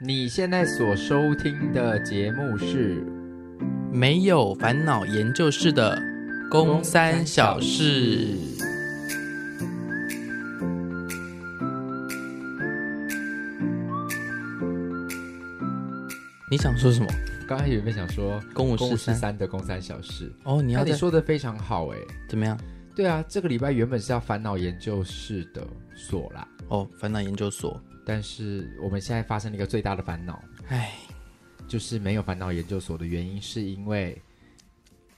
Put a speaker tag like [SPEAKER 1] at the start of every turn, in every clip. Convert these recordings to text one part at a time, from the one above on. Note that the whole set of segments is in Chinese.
[SPEAKER 1] 你现在所收听的节目是
[SPEAKER 2] 没有烦恼研究室的公三小事。你想说什么？
[SPEAKER 1] 刚才有没有想说
[SPEAKER 2] 公五
[SPEAKER 1] 公
[SPEAKER 2] 十
[SPEAKER 1] 十
[SPEAKER 2] 三。
[SPEAKER 1] 三的公三小事？
[SPEAKER 2] 哦，你
[SPEAKER 1] 那
[SPEAKER 2] 要
[SPEAKER 1] 你
[SPEAKER 2] 再
[SPEAKER 1] 说的非常好哎、
[SPEAKER 2] 怎么样？
[SPEAKER 1] 对啊，这个礼拜原本是要烦恼研究室的所啦，
[SPEAKER 2] 哦，烦恼研究所。
[SPEAKER 1] 但是我们现在发生了一个最大的烦恼，
[SPEAKER 2] 唉，
[SPEAKER 1] 就是没有烦恼研究所的原因，是因为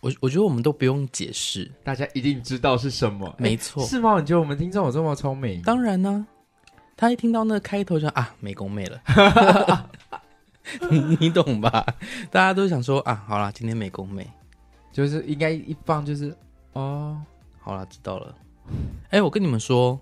[SPEAKER 2] 我我觉得我们都不用解释，
[SPEAKER 1] 大家一定知道是什么，哎
[SPEAKER 2] 没错。
[SPEAKER 1] 是吗？你觉得我们听众有这么聪明？
[SPEAKER 2] 当然呢、他一听到那个开头就啊，美工妹了， 你你懂吧？大家都想说啊，好啦，今天美工妹，
[SPEAKER 1] 就是应该一放就是哦，
[SPEAKER 2] 好啦，知道了。哎、我跟你们说，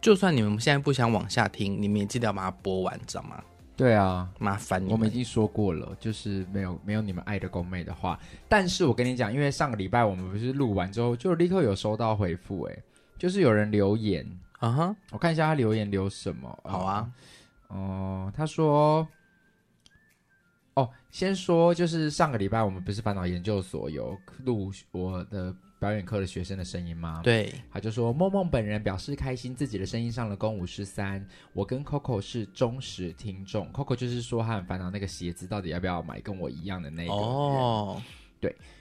[SPEAKER 2] 就算你们现在不想往下听，你们也记得要把它播完，知道吗？
[SPEAKER 1] 对啊，
[SPEAKER 2] 麻烦你
[SPEAKER 1] 我们已
[SPEAKER 2] 们。
[SPEAKER 1] 经说过了，就是没有没有你们爱的公妹的话。但是我跟你讲，因为上个礼拜我们不是录完之后，就立刻有收到回复，哎，就是有人留言，
[SPEAKER 2] 啊哈，
[SPEAKER 1] 我看一下他留言留什么。呃
[SPEAKER 2] 好，啊，
[SPEAKER 1] 哦、他说，哦，先说就是上个礼拜我们不是烦恼研究所有录我的表演课的学生的声音吗？。
[SPEAKER 2] 对，
[SPEAKER 1] 他就说：“梦梦本人表示开心，自己的声音上了公五十三。我跟 Coco 是忠实听众，Coco 就是说他很烦恼那个鞋子到底要不要买，跟我一样的那个。哦，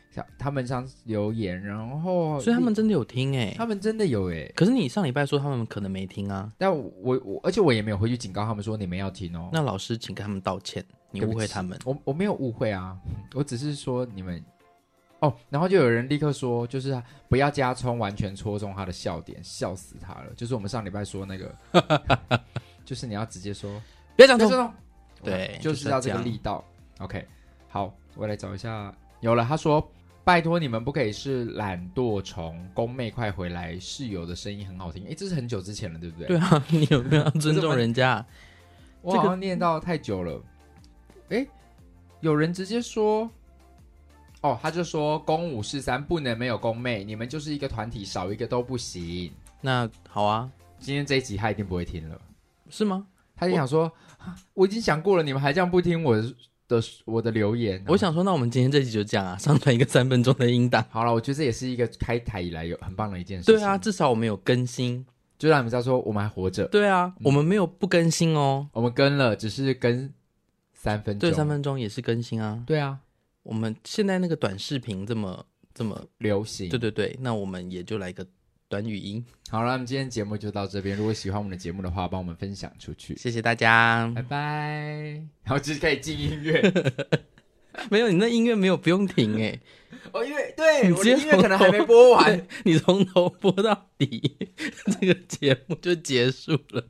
[SPEAKER 2] 哦，
[SPEAKER 1] 他们上留言，然后
[SPEAKER 2] 所以他们真的有听哎、
[SPEAKER 1] 他们真的有诶。
[SPEAKER 2] 可是你上礼拜说他们可能没听啊，
[SPEAKER 1] 但我我而且我也没有回去警告他们说你们要听哦。
[SPEAKER 2] 那老师请跟他们道歉，你
[SPEAKER 1] 对不
[SPEAKER 2] 误会
[SPEAKER 1] 起
[SPEAKER 2] 他们。
[SPEAKER 1] 我我没有误会啊，我只是说你们哦，然后就有人立刻说，就是不要加葱，完全戳中他的笑点，笑死他了。就是我们上礼拜说那个， 就是你要直接说。”
[SPEAKER 2] 不要讲
[SPEAKER 1] 就
[SPEAKER 2] 错
[SPEAKER 1] 是，咯
[SPEAKER 2] 对
[SPEAKER 1] 就
[SPEAKER 2] 就是是
[SPEAKER 1] 要
[SPEAKER 2] 要
[SPEAKER 1] 这个
[SPEAKER 2] 这样
[SPEAKER 1] 力道。OK，好，我来找一下，有了。他说：“拜托你们不可以是懒惰虫，宫妹快回来，室友的声音很好听。”诶，这是很久之前了，对不对？
[SPEAKER 2] 对，啊， 你有没有要尊重人家？
[SPEAKER 1] 我
[SPEAKER 2] 这
[SPEAKER 1] 好
[SPEAKER 2] 个
[SPEAKER 1] 像念到太久了。诶，有人直接说。哦，他就说公五是三不能没有公妹，你们就是一个团体，少一个都不行。
[SPEAKER 2] 那好啊，
[SPEAKER 1] 今天这一集他一定不会听了。
[SPEAKER 2] 是吗？
[SPEAKER 1] 他就想说，啊我已经想过了，你们还这样不听我的我的留言。
[SPEAKER 2] 我想说，那我们今天这集就这样啊，上传一个三分钟的音档。
[SPEAKER 1] 好了，我觉得这也是一个开台以来有很棒的一件事情。
[SPEAKER 2] 对啊，，至少我们有更新。
[SPEAKER 1] 就让你们知道说我们还活着，
[SPEAKER 2] 对啊，我们没有不更新哦。
[SPEAKER 1] 我们跟了，只是跟三分钟。
[SPEAKER 2] 对，三。分钟也是更新啊。
[SPEAKER 1] 对啊，
[SPEAKER 2] 我们现在那个短视频这么这么，
[SPEAKER 1] 流行。
[SPEAKER 2] 对对对，那我们也就来个短语音，
[SPEAKER 1] 好了，那么今天节目就到这边。如果喜欢我们的节目的话，帮我们分享出去。
[SPEAKER 2] 谢谢大家
[SPEAKER 1] 拜。拜。然后就是可以进音 乐
[SPEAKER 2] 没有，你那音乐没有不用停哎、
[SPEAKER 1] 哦，因为对
[SPEAKER 2] 你
[SPEAKER 1] 我
[SPEAKER 2] 直
[SPEAKER 1] 的
[SPEAKER 2] 接
[SPEAKER 1] 音乐可能还没播完。
[SPEAKER 2] 对 你从头播到底， 这个节目就结束了。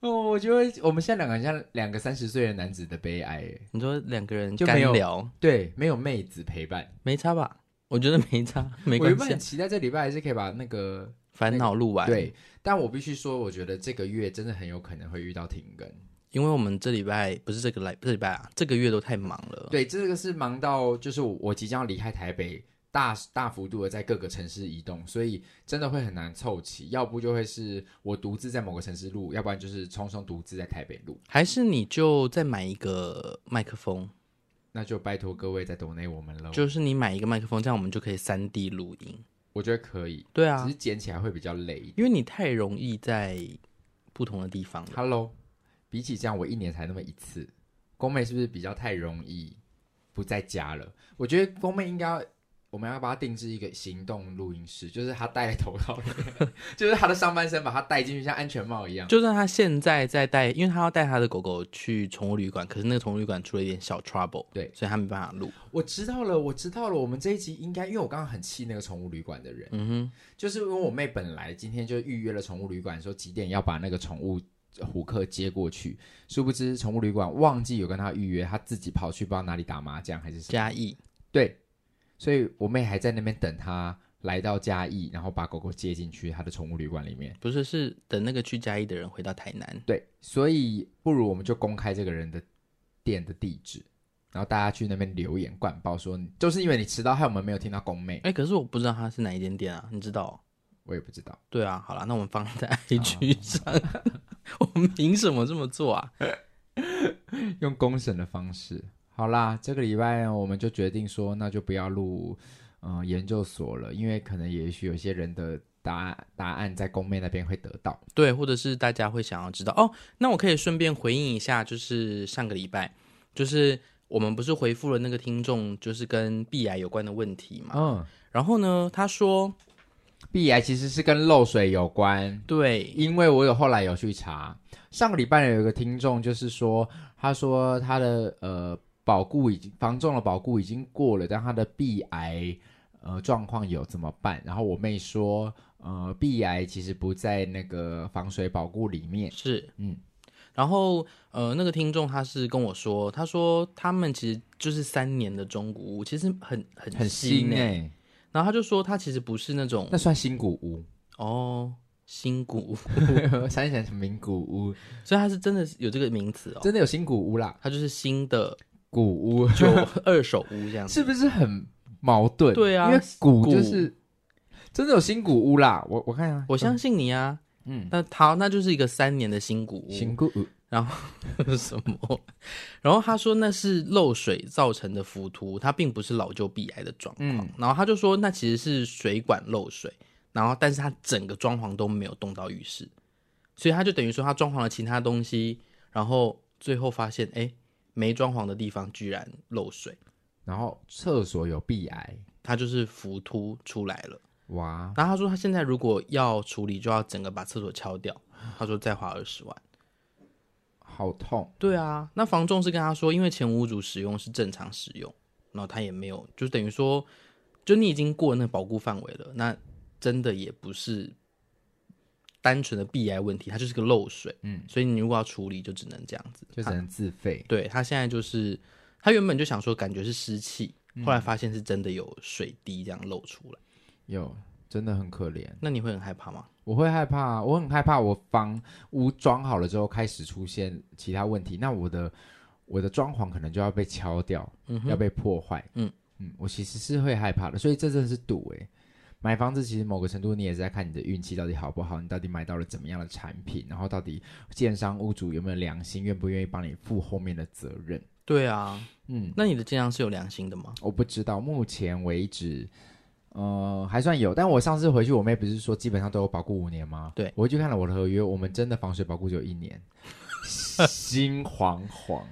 [SPEAKER 1] 哦，我觉得我们现在两个很像两个三十岁的男子的悲哀耶。
[SPEAKER 2] 你说两个人
[SPEAKER 1] 就没
[SPEAKER 2] 干
[SPEAKER 1] 有
[SPEAKER 2] 聊，
[SPEAKER 1] 对，没有妹子陪伴，
[SPEAKER 2] 没差吧？我觉得 没差，没
[SPEAKER 1] 我
[SPEAKER 2] 关
[SPEAKER 1] 原本很
[SPEAKER 2] 系啊。
[SPEAKER 1] 期待这礼拜还是可以把那个
[SPEAKER 2] 烦恼录完，，
[SPEAKER 1] 对，但我必须说，我觉得这个月真的很有可能会遇到停更。
[SPEAKER 2] 因为我们这礼拜不是这个来这礼拜啊，这个月都太忙了。
[SPEAKER 1] 对，这个是忙到就是我我即将要离开台北，大大幅度的在各个城市移动，所以真的会很难凑齐。要不就会是我独自在某个城市录，要不然就是匆匆独自在台北录。
[SPEAKER 2] 还是你就再买一个麦克风，
[SPEAKER 1] 那就拜托各位再懂内我们喽。
[SPEAKER 2] 就是你买一个麦克风，这样我们就可以三 D 录音。
[SPEAKER 1] 我觉得可以，
[SPEAKER 2] 对
[SPEAKER 1] 只
[SPEAKER 2] 啊
[SPEAKER 1] 是，剪起来会比较累一点。
[SPEAKER 2] 因为你太容易在不同的地方了。
[SPEAKER 1] Hello，比起这样，我一年才那么一次，宫妹是不是比较太容易不在家了？我觉得宫妹应该要，我们要把她定制一个行动录音室，就是她戴在头套里面， 就是她的上半身把它戴进去，像安全帽一样。
[SPEAKER 2] 就算他现在在带，因为他要带他的狗狗去宠物旅馆，可是那个宠物旅馆出了一点小 trouble，
[SPEAKER 1] 对
[SPEAKER 2] 所以他没办法录。
[SPEAKER 1] 我知道了，我知道了，我们这一集应该，因为我刚刚很气那个宠物旅馆的人，
[SPEAKER 2] 嗯哼，
[SPEAKER 1] 就是因为我妹本来今天就预约了宠物旅馆，说几点要把那个宠物虎克接过去，殊不知宠物旅馆忘记有跟她预约，她自己跑去不知道哪里打麻将还是什么。
[SPEAKER 2] 嘉义，
[SPEAKER 1] 对，所以我妹还在那边等他来到嘉义，然后把狗狗接进去他的宠物旅馆里面。
[SPEAKER 2] 不是是等那个去嘉义的人回到台南。
[SPEAKER 1] 对，所以不如我们就公开这个人的店的地址，然后大家去那边留言灌爆说，就是因为你迟到害我们没有听到公妹，
[SPEAKER 2] 哎、可是我不知道他是哪一间店啊，你知道哦、
[SPEAKER 1] 我也不知道。
[SPEAKER 2] 对啊， 好了，那我们放在 IG 上，我们凭什么这么做啊？
[SPEAKER 1] 用公审的方式。好啦，这个礼拜我们就决定说，那就不要录嗯、呃研究所了，因为可能也许有些人的答案答案在公妹那边会得到。
[SPEAKER 2] 对，或者是大家会想要知道哦。那我可以顺便回应一下，就是上个礼拜，就是我们不是回复了那个听众，就是跟鼻癌有关的问题嘛。
[SPEAKER 1] 嗯，
[SPEAKER 2] 然后呢，他说，
[SPEAKER 1] 鼻癌其实是跟漏水有 关，
[SPEAKER 2] 对，
[SPEAKER 1] 因为我有后来有去查，上个礼拜有一个听众就是说，他说他的呃保固已经房仲的保固已经过了，但他的鼻癌呃状况有怎么办？然后我妹说，呃，鼻癌其实不在那个防水保固里面，
[SPEAKER 2] 是，
[SPEAKER 1] 嗯
[SPEAKER 2] 嗯。然后，呃，那个听众他是跟我说，他说他们其实就是三年的中古屋，其实很很
[SPEAKER 1] 很
[SPEAKER 2] 新
[SPEAKER 1] 新哎、
[SPEAKER 2] 欸然后他就说，他其实不是那种
[SPEAKER 1] 那算新古屋，
[SPEAKER 2] 哦新古屋，
[SPEAKER 1] 三省名古屋，
[SPEAKER 2] 所以他是真的有这个名词哦，
[SPEAKER 1] 真的有新古屋啦，
[SPEAKER 2] 他就是新的
[SPEAKER 1] 古屋
[SPEAKER 2] 就二手屋这样 子。
[SPEAKER 1] 是不是很矛盾？
[SPEAKER 2] 对啊
[SPEAKER 1] 因为古
[SPEAKER 2] 古
[SPEAKER 1] 就是真的有新古屋啦，我我看啊，
[SPEAKER 2] 我相信你啊，
[SPEAKER 1] 嗯
[SPEAKER 2] 那好，那就是一个三年的新古屋，
[SPEAKER 1] 新古屋。
[SPEAKER 2] 什么？然后他说那是漏水造成的浮凸，它并不是老旧壁癌的状况。
[SPEAKER 1] 嗯
[SPEAKER 2] 然后他就说那其实是水管漏水，然后但是他整个装潢都没有动到浴室，所以他就等于说他装潢了其他东西，然后最后发现哎没装潢的地方居然漏水，
[SPEAKER 1] 然后厕所有壁癌，
[SPEAKER 2] 它就是浮凸出来了。
[SPEAKER 1] 哇，
[SPEAKER 2] 然后他说他现在如果要处理，就要整个把厕所敲掉，他说再花二十万。
[SPEAKER 1] 好痛！
[SPEAKER 2] 对啊，那房仲是跟他说，因为前屋主使用是正常使用，然后他也没有，就等于说，就你已经过那保护范围了，那真的也不是单纯的壁癌问题，它就是个漏水，
[SPEAKER 1] 嗯，
[SPEAKER 2] 所以你如果要处理，就只能这样子。
[SPEAKER 1] 就只能自费。
[SPEAKER 2] 对他现在就是，他原本就想说感觉是湿气，
[SPEAKER 1] 嗯
[SPEAKER 2] 后来发现是真的有水滴这样漏出来，
[SPEAKER 1] 有，真的很可怜。
[SPEAKER 2] 那你会很害怕吗？
[SPEAKER 1] 我会害怕，我很害怕，我房屋装好了之后开始出现其他问题，那我的我的装潢可能就要被敲掉，
[SPEAKER 2] 嗯
[SPEAKER 1] 要
[SPEAKER 2] 哼，
[SPEAKER 1] 被破坏。
[SPEAKER 2] 嗯
[SPEAKER 1] 嗯，我其实是会害怕的，所以这真的是赌诶、买房子其实某个程度你也是在看你的运气到底好不好，你到底买到了怎么样的产品，然后到底建商屋主有没有良心，愿不愿意帮你负后面的责任。
[SPEAKER 2] 对啊，
[SPEAKER 1] 嗯，
[SPEAKER 2] 那你的健康是有良心的吗？
[SPEAKER 1] 我不知道，目前为止，呃，还算有。但我上次回去，我妹不是说基本上都有保固五年吗？
[SPEAKER 2] 对
[SPEAKER 1] 我回去看了我的合约，我们真的防水保固只有一 年，心惶惶。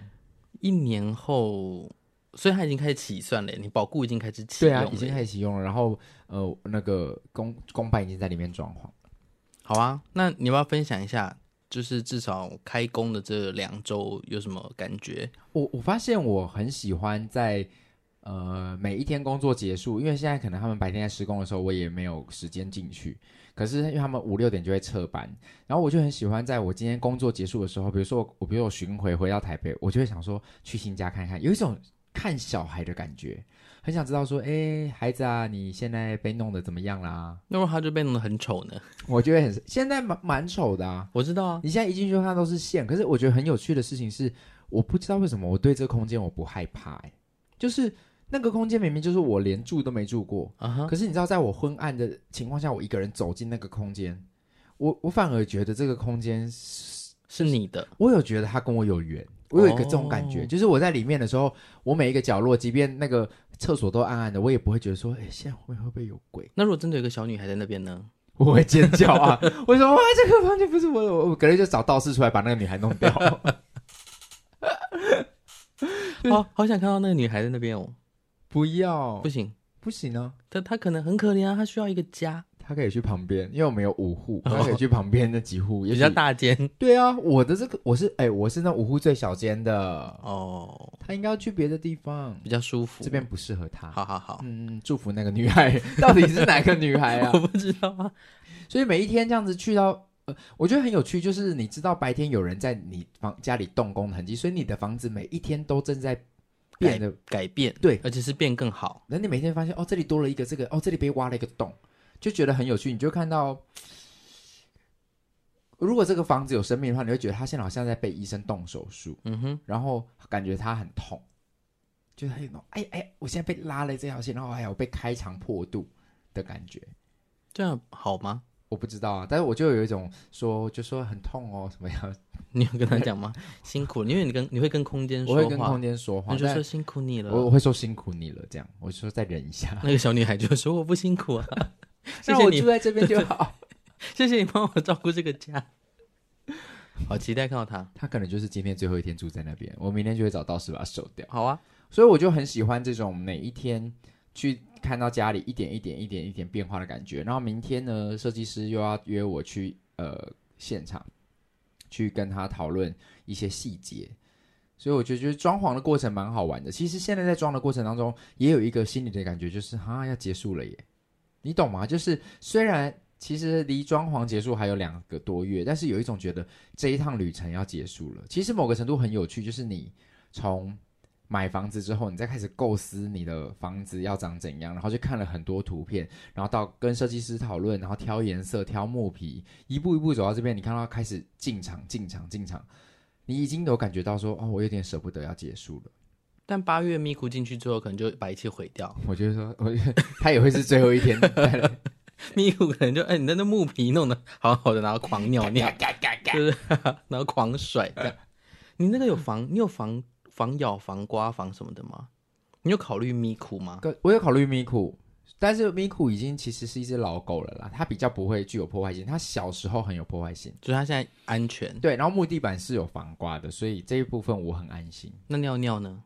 [SPEAKER 2] 一年后，所以他已经开始起算了耶，你保固已经开始起
[SPEAKER 1] 对
[SPEAKER 2] 用了
[SPEAKER 1] 啊
[SPEAKER 2] 耶，，
[SPEAKER 1] 已经开始启用了，然后呃，那个公公办已经在里面装潢。
[SPEAKER 2] 好啊。那你要不要分享一下，就是至少开工的这两周有什么感觉？
[SPEAKER 1] 我我发现我很喜欢在呃每一天工作结束，因为现在可能他们白天在施工的时候，我也没有时间进去。可是因为他们五六点就会撤班，然后我就很喜欢在我今天工作结束的时候，比如说我我比如说我巡回回到台北，我就会想说去新家看看，有一种看小孩的感觉，很想知道说，哎，孩子啊，你现在被弄得怎么样啦？
[SPEAKER 2] 那如果他就被弄得很丑呢？
[SPEAKER 1] 我觉得很现在蛮蛮丑的啊，
[SPEAKER 2] 我知道啊，
[SPEAKER 1] 你现在一进去看都是线，可是我觉得很有趣的事情是，我不知道为什么我对这个空间我不害怕、欸，就是那个空间明明就是我连住都没住过，
[SPEAKER 2] 啊哈，
[SPEAKER 1] 可是你知道，在我昏暗的情况下，我一个人走进那个空间，我我反而觉得这个空间是，
[SPEAKER 2] 是你的，
[SPEAKER 1] 我有觉得它跟我有缘，我有一个这种感觉，
[SPEAKER 2] 哦
[SPEAKER 1] 就是我在里面的时候，我每一个角落，即便那个厕所都暗暗的，我也不会觉得说，哎、现在后面会不会有鬼？
[SPEAKER 2] 那如果真的有一个小女孩在那边呢？
[SPEAKER 1] 我会尖叫啊！ 我说哇，这个房间不是我的，我我隔天就找道士出来把那个女孩弄掉。对
[SPEAKER 2] 哦，好想看到那个女孩在那边哦，
[SPEAKER 1] 不要，
[SPEAKER 2] 不行，
[SPEAKER 1] 不行啊！
[SPEAKER 2] 她她可能很可怜啊，她需要一个家，
[SPEAKER 1] 他可以去旁边，因为我们有五户，
[SPEAKER 2] 哦
[SPEAKER 1] 他可以去旁边那几户，也
[SPEAKER 2] 比
[SPEAKER 1] 许
[SPEAKER 2] 较。大间
[SPEAKER 1] 对啊，我的这个我是哎、我是那五户最小间的，
[SPEAKER 2] 哦，
[SPEAKER 1] 他应该要去别的地方，
[SPEAKER 2] 比较舒服。
[SPEAKER 1] 这边不适合他。
[SPEAKER 2] 好好好，
[SPEAKER 1] 嗯，祝福那个女孩， 到底是哪个女孩啊
[SPEAKER 2] 我？不知道啊，
[SPEAKER 1] 所以每一天这样子去到，呃，我觉得很有趣，就是你知道白天有人在你房家里动工的痕迹，所以你的房子每一天都正在变得
[SPEAKER 2] 改变
[SPEAKER 1] 对
[SPEAKER 2] 而且是变更好。
[SPEAKER 1] 那你每天发现哦，这里多了一个这个，哦，这里被挖了一个洞，就觉得很有趣。你就看到，如果这个房子有生命的话，你会觉得它现在好像在被医生动手术，
[SPEAKER 2] 嗯哼，
[SPEAKER 1] 然后感觉它很痛，就是很有那种哎哎，我现在被拉了这条线，然后哎呀，我被开肠破肚的感觉。
[SPEAKER 2] 这样好吗？
[SPEAKER 1] 我不知道啊，但是我就有一种说，就说很痛哦，什么样？
[SPEAKER 2] 你有跟他讲吗？辛苦了，因为你跟你会跟空间
[SPEAKER 1] 我
[SPEAKER 2] 说
[SPEAKER 1] 会跟
[SPEAKER 2] 话
[SPEAKER 1] 空，间说
[SPEAKER 2] 那
[SPEAKER 1] 话，
[SPEAKER 2] 就说
[SPEAKER 1] 但
[SPEAKER 2] 辛苦你
[SPEAKER 1] 我
[SPEAKER 2] 了。
[SPEAKER 1] 我会说辛苦你了，这样，我就说再忍一下，
[SPEAKER 2] 那个小女孩就说我不辛苦啊，谢
[SPEAKER 1] 让
[SPEAKER 2] 谢
[SPEAKER 1] 我
[SPEAKER 2] 你
[SPEAKER 1] 住，在这边就好。
[SPEAKER 2] 谢谢你帮我照顾这个家。好期待看到他，
[SPEAKER 1] 他可能就是今天最后一天住在那边，我明天就会找道士把他收掉。
[SPEAKER 2] 好啊，
[SPEAKER 1] 所以我就很喜欢这种每一天去看到家里一点一点一点一点变化的感觉。然后明天呢，设计师又要约我去呃现场去跟他讨论一些细节，所以我就觉得装潢的过程蛮好玩的。其实现在在装的过程当中，也有一个心里的感觉，就是哈要结束了耶，你懂吗？就是虽然。其实离装潢结束还有两个多月，但是有一种觉得这一趟旅程要结束了。其实某个程度很有趣，就是你从买房子之后，你再开始构思你的房子要长怎样，然后就看了很多图片，然后到跟设计师讨论，然后挑颜色、挑木皮，一步一步走到这边，你看到开始进场、进场、进场，你已经有感觉到说，哦，我有点舍不得要结束了。
[SPEAKER 2] 但八月咪咕进去之后，可能就把一切毁掉。
[SPEAKER 1] 我觉得说，我觉得他也会是最后一天，
[SPEAKER 2] 咪咕可能就哎、你的那木皮弄得好好的，然后狂尿尿，就是 然后狂甩这样。你那个有防你有防防咬、防刮、防什么的吗？你有考虑咪咕吗？
[SPEAKER 1] 跟我有考虑咪咕，但是咪咕已经其实是一只老狗了啦，它比较不会具有破坏性，它小时候很有破坏性。
[SPEAKER 2] 就是它现在安全，
[SPEAKER 1] 对，然后木地板是有防刮的，所以这一部分我很安心。
[SPEAKER 2] 那尿尿呢？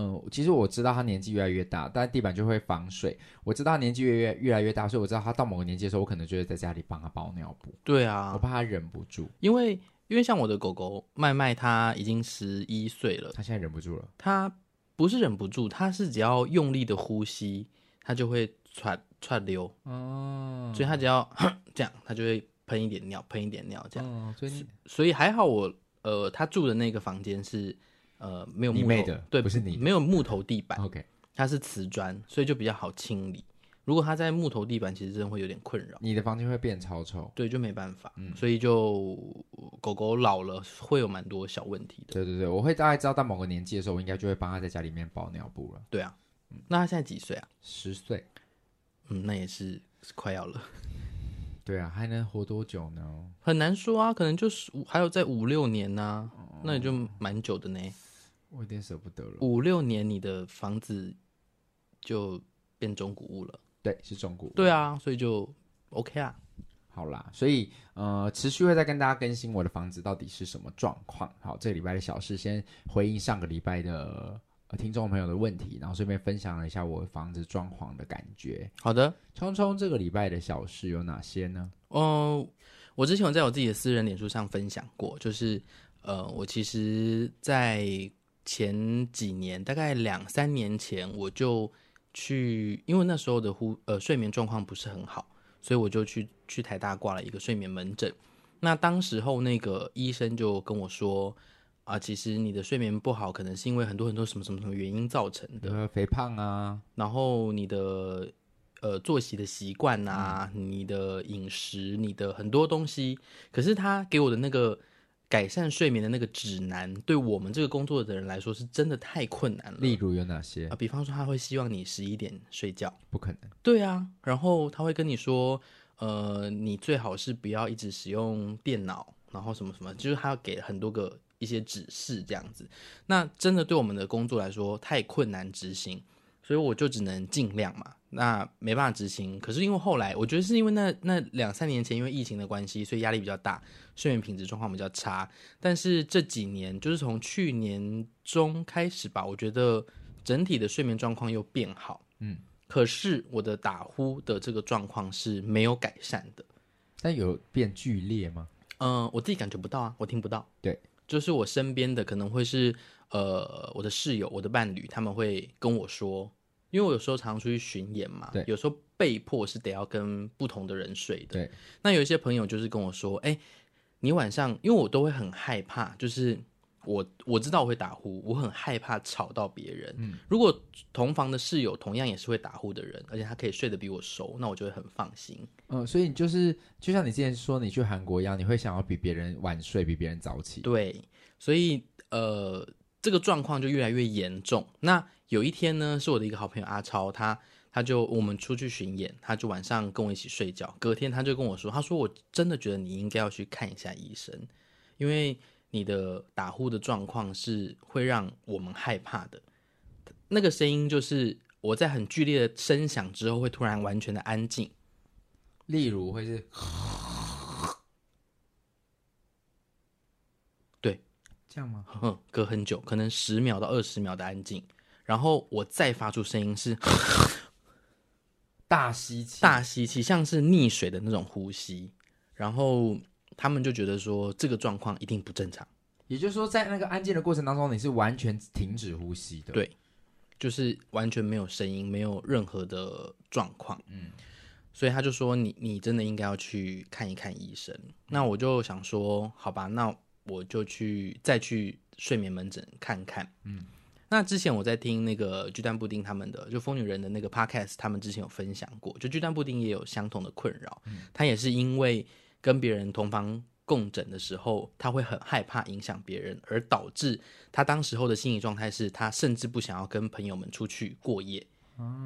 [SPEAKER 1] 嗯，其实我知道他年纪越来越大，但地板就会防水。我知道他年纪越越越来越大，所以我知道他到某个年纪的时候，我可能就会在家里帮他包尿布，
[SPEAKER 2] 对
[SPEAKER 1] 我
[SPEAKER 2] 啊，
[SPEAKER 1] 怕他忍不住。
[SPEAKER 2] 因为因为像我的狗狗麦麦，它已经十一岁了，
[SPEAKER 1] 他现在忍不住了，
[SPEAKER 2] 它不是忍不住，它是只要用力的呼吸，它就会喘喘流，
[SPEAKER 1] 哦，
[SPEAKER 2] 所以它只要 这样，它就会喷一点尿，喷一点尿这样。
[SPEAKER 1] 嗯，所以你
[SPEAKER 2] 所以还好我呃，他住的那个房间是呃没有木
[SPEAKER 1] 你
[SPEAKER 2] 头
[SPEAKER 1] 妹的
[SPEAKER 2] 对，
[SPEAKER 1] 不是你的嗯
[SPEAKER 2] 没有木头地板，
[SPEAKER 1] OK，
[SPEAKER 2] 它是瓷砖，所以就比较好清理。如果它在木头地板，其实真的会有点困扰，
[SPEAKER 1] 你的房间会变超臭。
[SPEAKER 2] 对，就没办法，
[SPEAKER 1] 嗯
[SPEAKER 2] 所以就狗狗老了会有蛮多小问题的，
[SPEAKER 1] 对对对，我会大概知道到某个年纪的时候，我应该就会帮他在家里面包尿布了。
[SPEAKER 2] 对啊。
[SPEAKER 1] 嗯
[SPEAKER 2] 那它现在几岁啊？
[SPEAKER 1] 十岁，
[SPEAKER 2] 嗯，那也是快要了，
[SPEAKER 1] 对啊，还能活多久呢？
[SPEAKER 2] 很难说啊，可能就是五还有在五六年呢、那也就蛮久的呢。
[SPEAKER 1] 哦我有点舍不得了。
[SPEAKER 2] 五六年你的房子就变中古屋了，
[SPEAKER 1] 对，是中古。
[SPEAKER 2] 对啊，所以就 OK 啊。
[SPEAKER 1] 好啦，所以呃，持续会再跟大家更新我的房子到底是什么状况。好，这个礼拜的小事先回应上个礼拜的、呃、听众朋友的问题，然后顺便分享了一下我房子装潢的感觉。
[SPEAKER 2] 好的，
[SPEAKER 1] 聪聪这个礼拜的小事有哪些呢？
[SPEAKER 2] 哦，我之前有在我自己的私人脸书上分享过，就是呃，我其实，在前几年，大概两三年前，我就去，因为那时候的呼呃睡眠状况不是很好，所以我就去去台大挂了一个睡眠门诊。那当时候那个医生就跟我说。啊，其实你的睡眠不好，可能是因为很多很多什么什么什么原因造成的。
[SPEAKER 1] 呃，肥胖啊，
[SPEAKER 2] 然后你的呃作息的习惯啊，你的饮食，你的很多东西，可是他给我的那个改善睡眠的那个指南，对我们这个工作的人来说是真的太困难了。
[SPEAKER 1] 例如有哪些
[SPEAKER 2] 啊、？比方说他会希望你十一点睡觉，
[SPEAKER 1] 不可能，
[SPEAKER 2] 对啊，然后他会跟你说，呃，你最好是不要一直使用电脑，然后什么什么，就是他要给很多个一些指示这样子。那真的对我们的工作来说太困难执行，所以我就只能尽量嘛。那没办法执行，可是因为后来我觉得是因为那那两三年前因为疫情的关系，所以压力比较大，睡眠品质状况比较差。但是这几年就是从去年中开始吧，我觉得整体的睡眠状况又变好。可是我的打呼的这个状况是没有改善的。
[SPEAKER 1] 但有变剧烈吗？
[SPEAKER 2] 嗯、我自己感觉不到啊，我听不到。
[SPEAKER 1] 对，
[SPEAKER 2] 就是我身边的可能会是呃我的室友、我的伴侣，他们会跟我说，因为我有时候常出去巡演嘛，
[SPEAKER 1] 对
[SPEAKER 2] 有时候被迫是得要跟不同的人睡的。
[SPEAKER 1] 对，
[SPEAKER 2] 那有一些朋友就是跟我说，哎、你晚上，因为我都会很害怕，就是我我知道我会打呼，我很害怕吵到别人。
[SPEAKER 1] 嗯
[SPEAKER 2] 如果同房的室友同样也是会打呼的人，而且他可以睡得比我熟，那我就会很放心。
[SPEAKER 1] 嗯、所以你就是就像你之前说你去韩国一样，你会想要比别人晚睡，比别人早起。
[SPEAKER 2] 对，所以呃，这个状况就越来越严重。那有一天呢，是我的一个好朋友阿超，他他就我们出去巡演，他就晚上跟我一起睡觉。隔天他就跟我说，他说我真的觉得你应该要去看一下医生，因为你的打呼的状况是会让我们害怕的。那个声音就是我在很剧烈的声响之后会突然完全的安静，
[SPEAKER 1] 例如会是
[SPEAKER 2] 对
[SPEAKER 1] 这样吗？
[SPEAKER 2] 哼，隔很久，可能十秒到二十秒的安静，然后我再发出声音是
[SPEAKER 1] 大吸气，
[SPEAKER 2] 大吸气，像是溺水的那种呼吸，然后他们就觉得说这个状况一定不正常，
[SPEAKER 1] 也就是说，在那个安静的过程当中，你是完全停止呼吸的。
[SPEAKER 2] 对就是完全没有声音，没有任何的状况，嗯，所以他就说你你真的应该要去看一看医生。那我就想说，好吧，那我就去再去睡眠门诊看看，嗯。那之前我在听那个巨蛋布丁他们的，就疯女人的那个 podcast，他们之前有分享过，就巨蛋布丁也有相同的困扰，他也是因为跟别人同房共枕的时候，他会很害怕影响别人，而导致他当时候的心理状态是他甚至不想要跟朋友们出去过夜，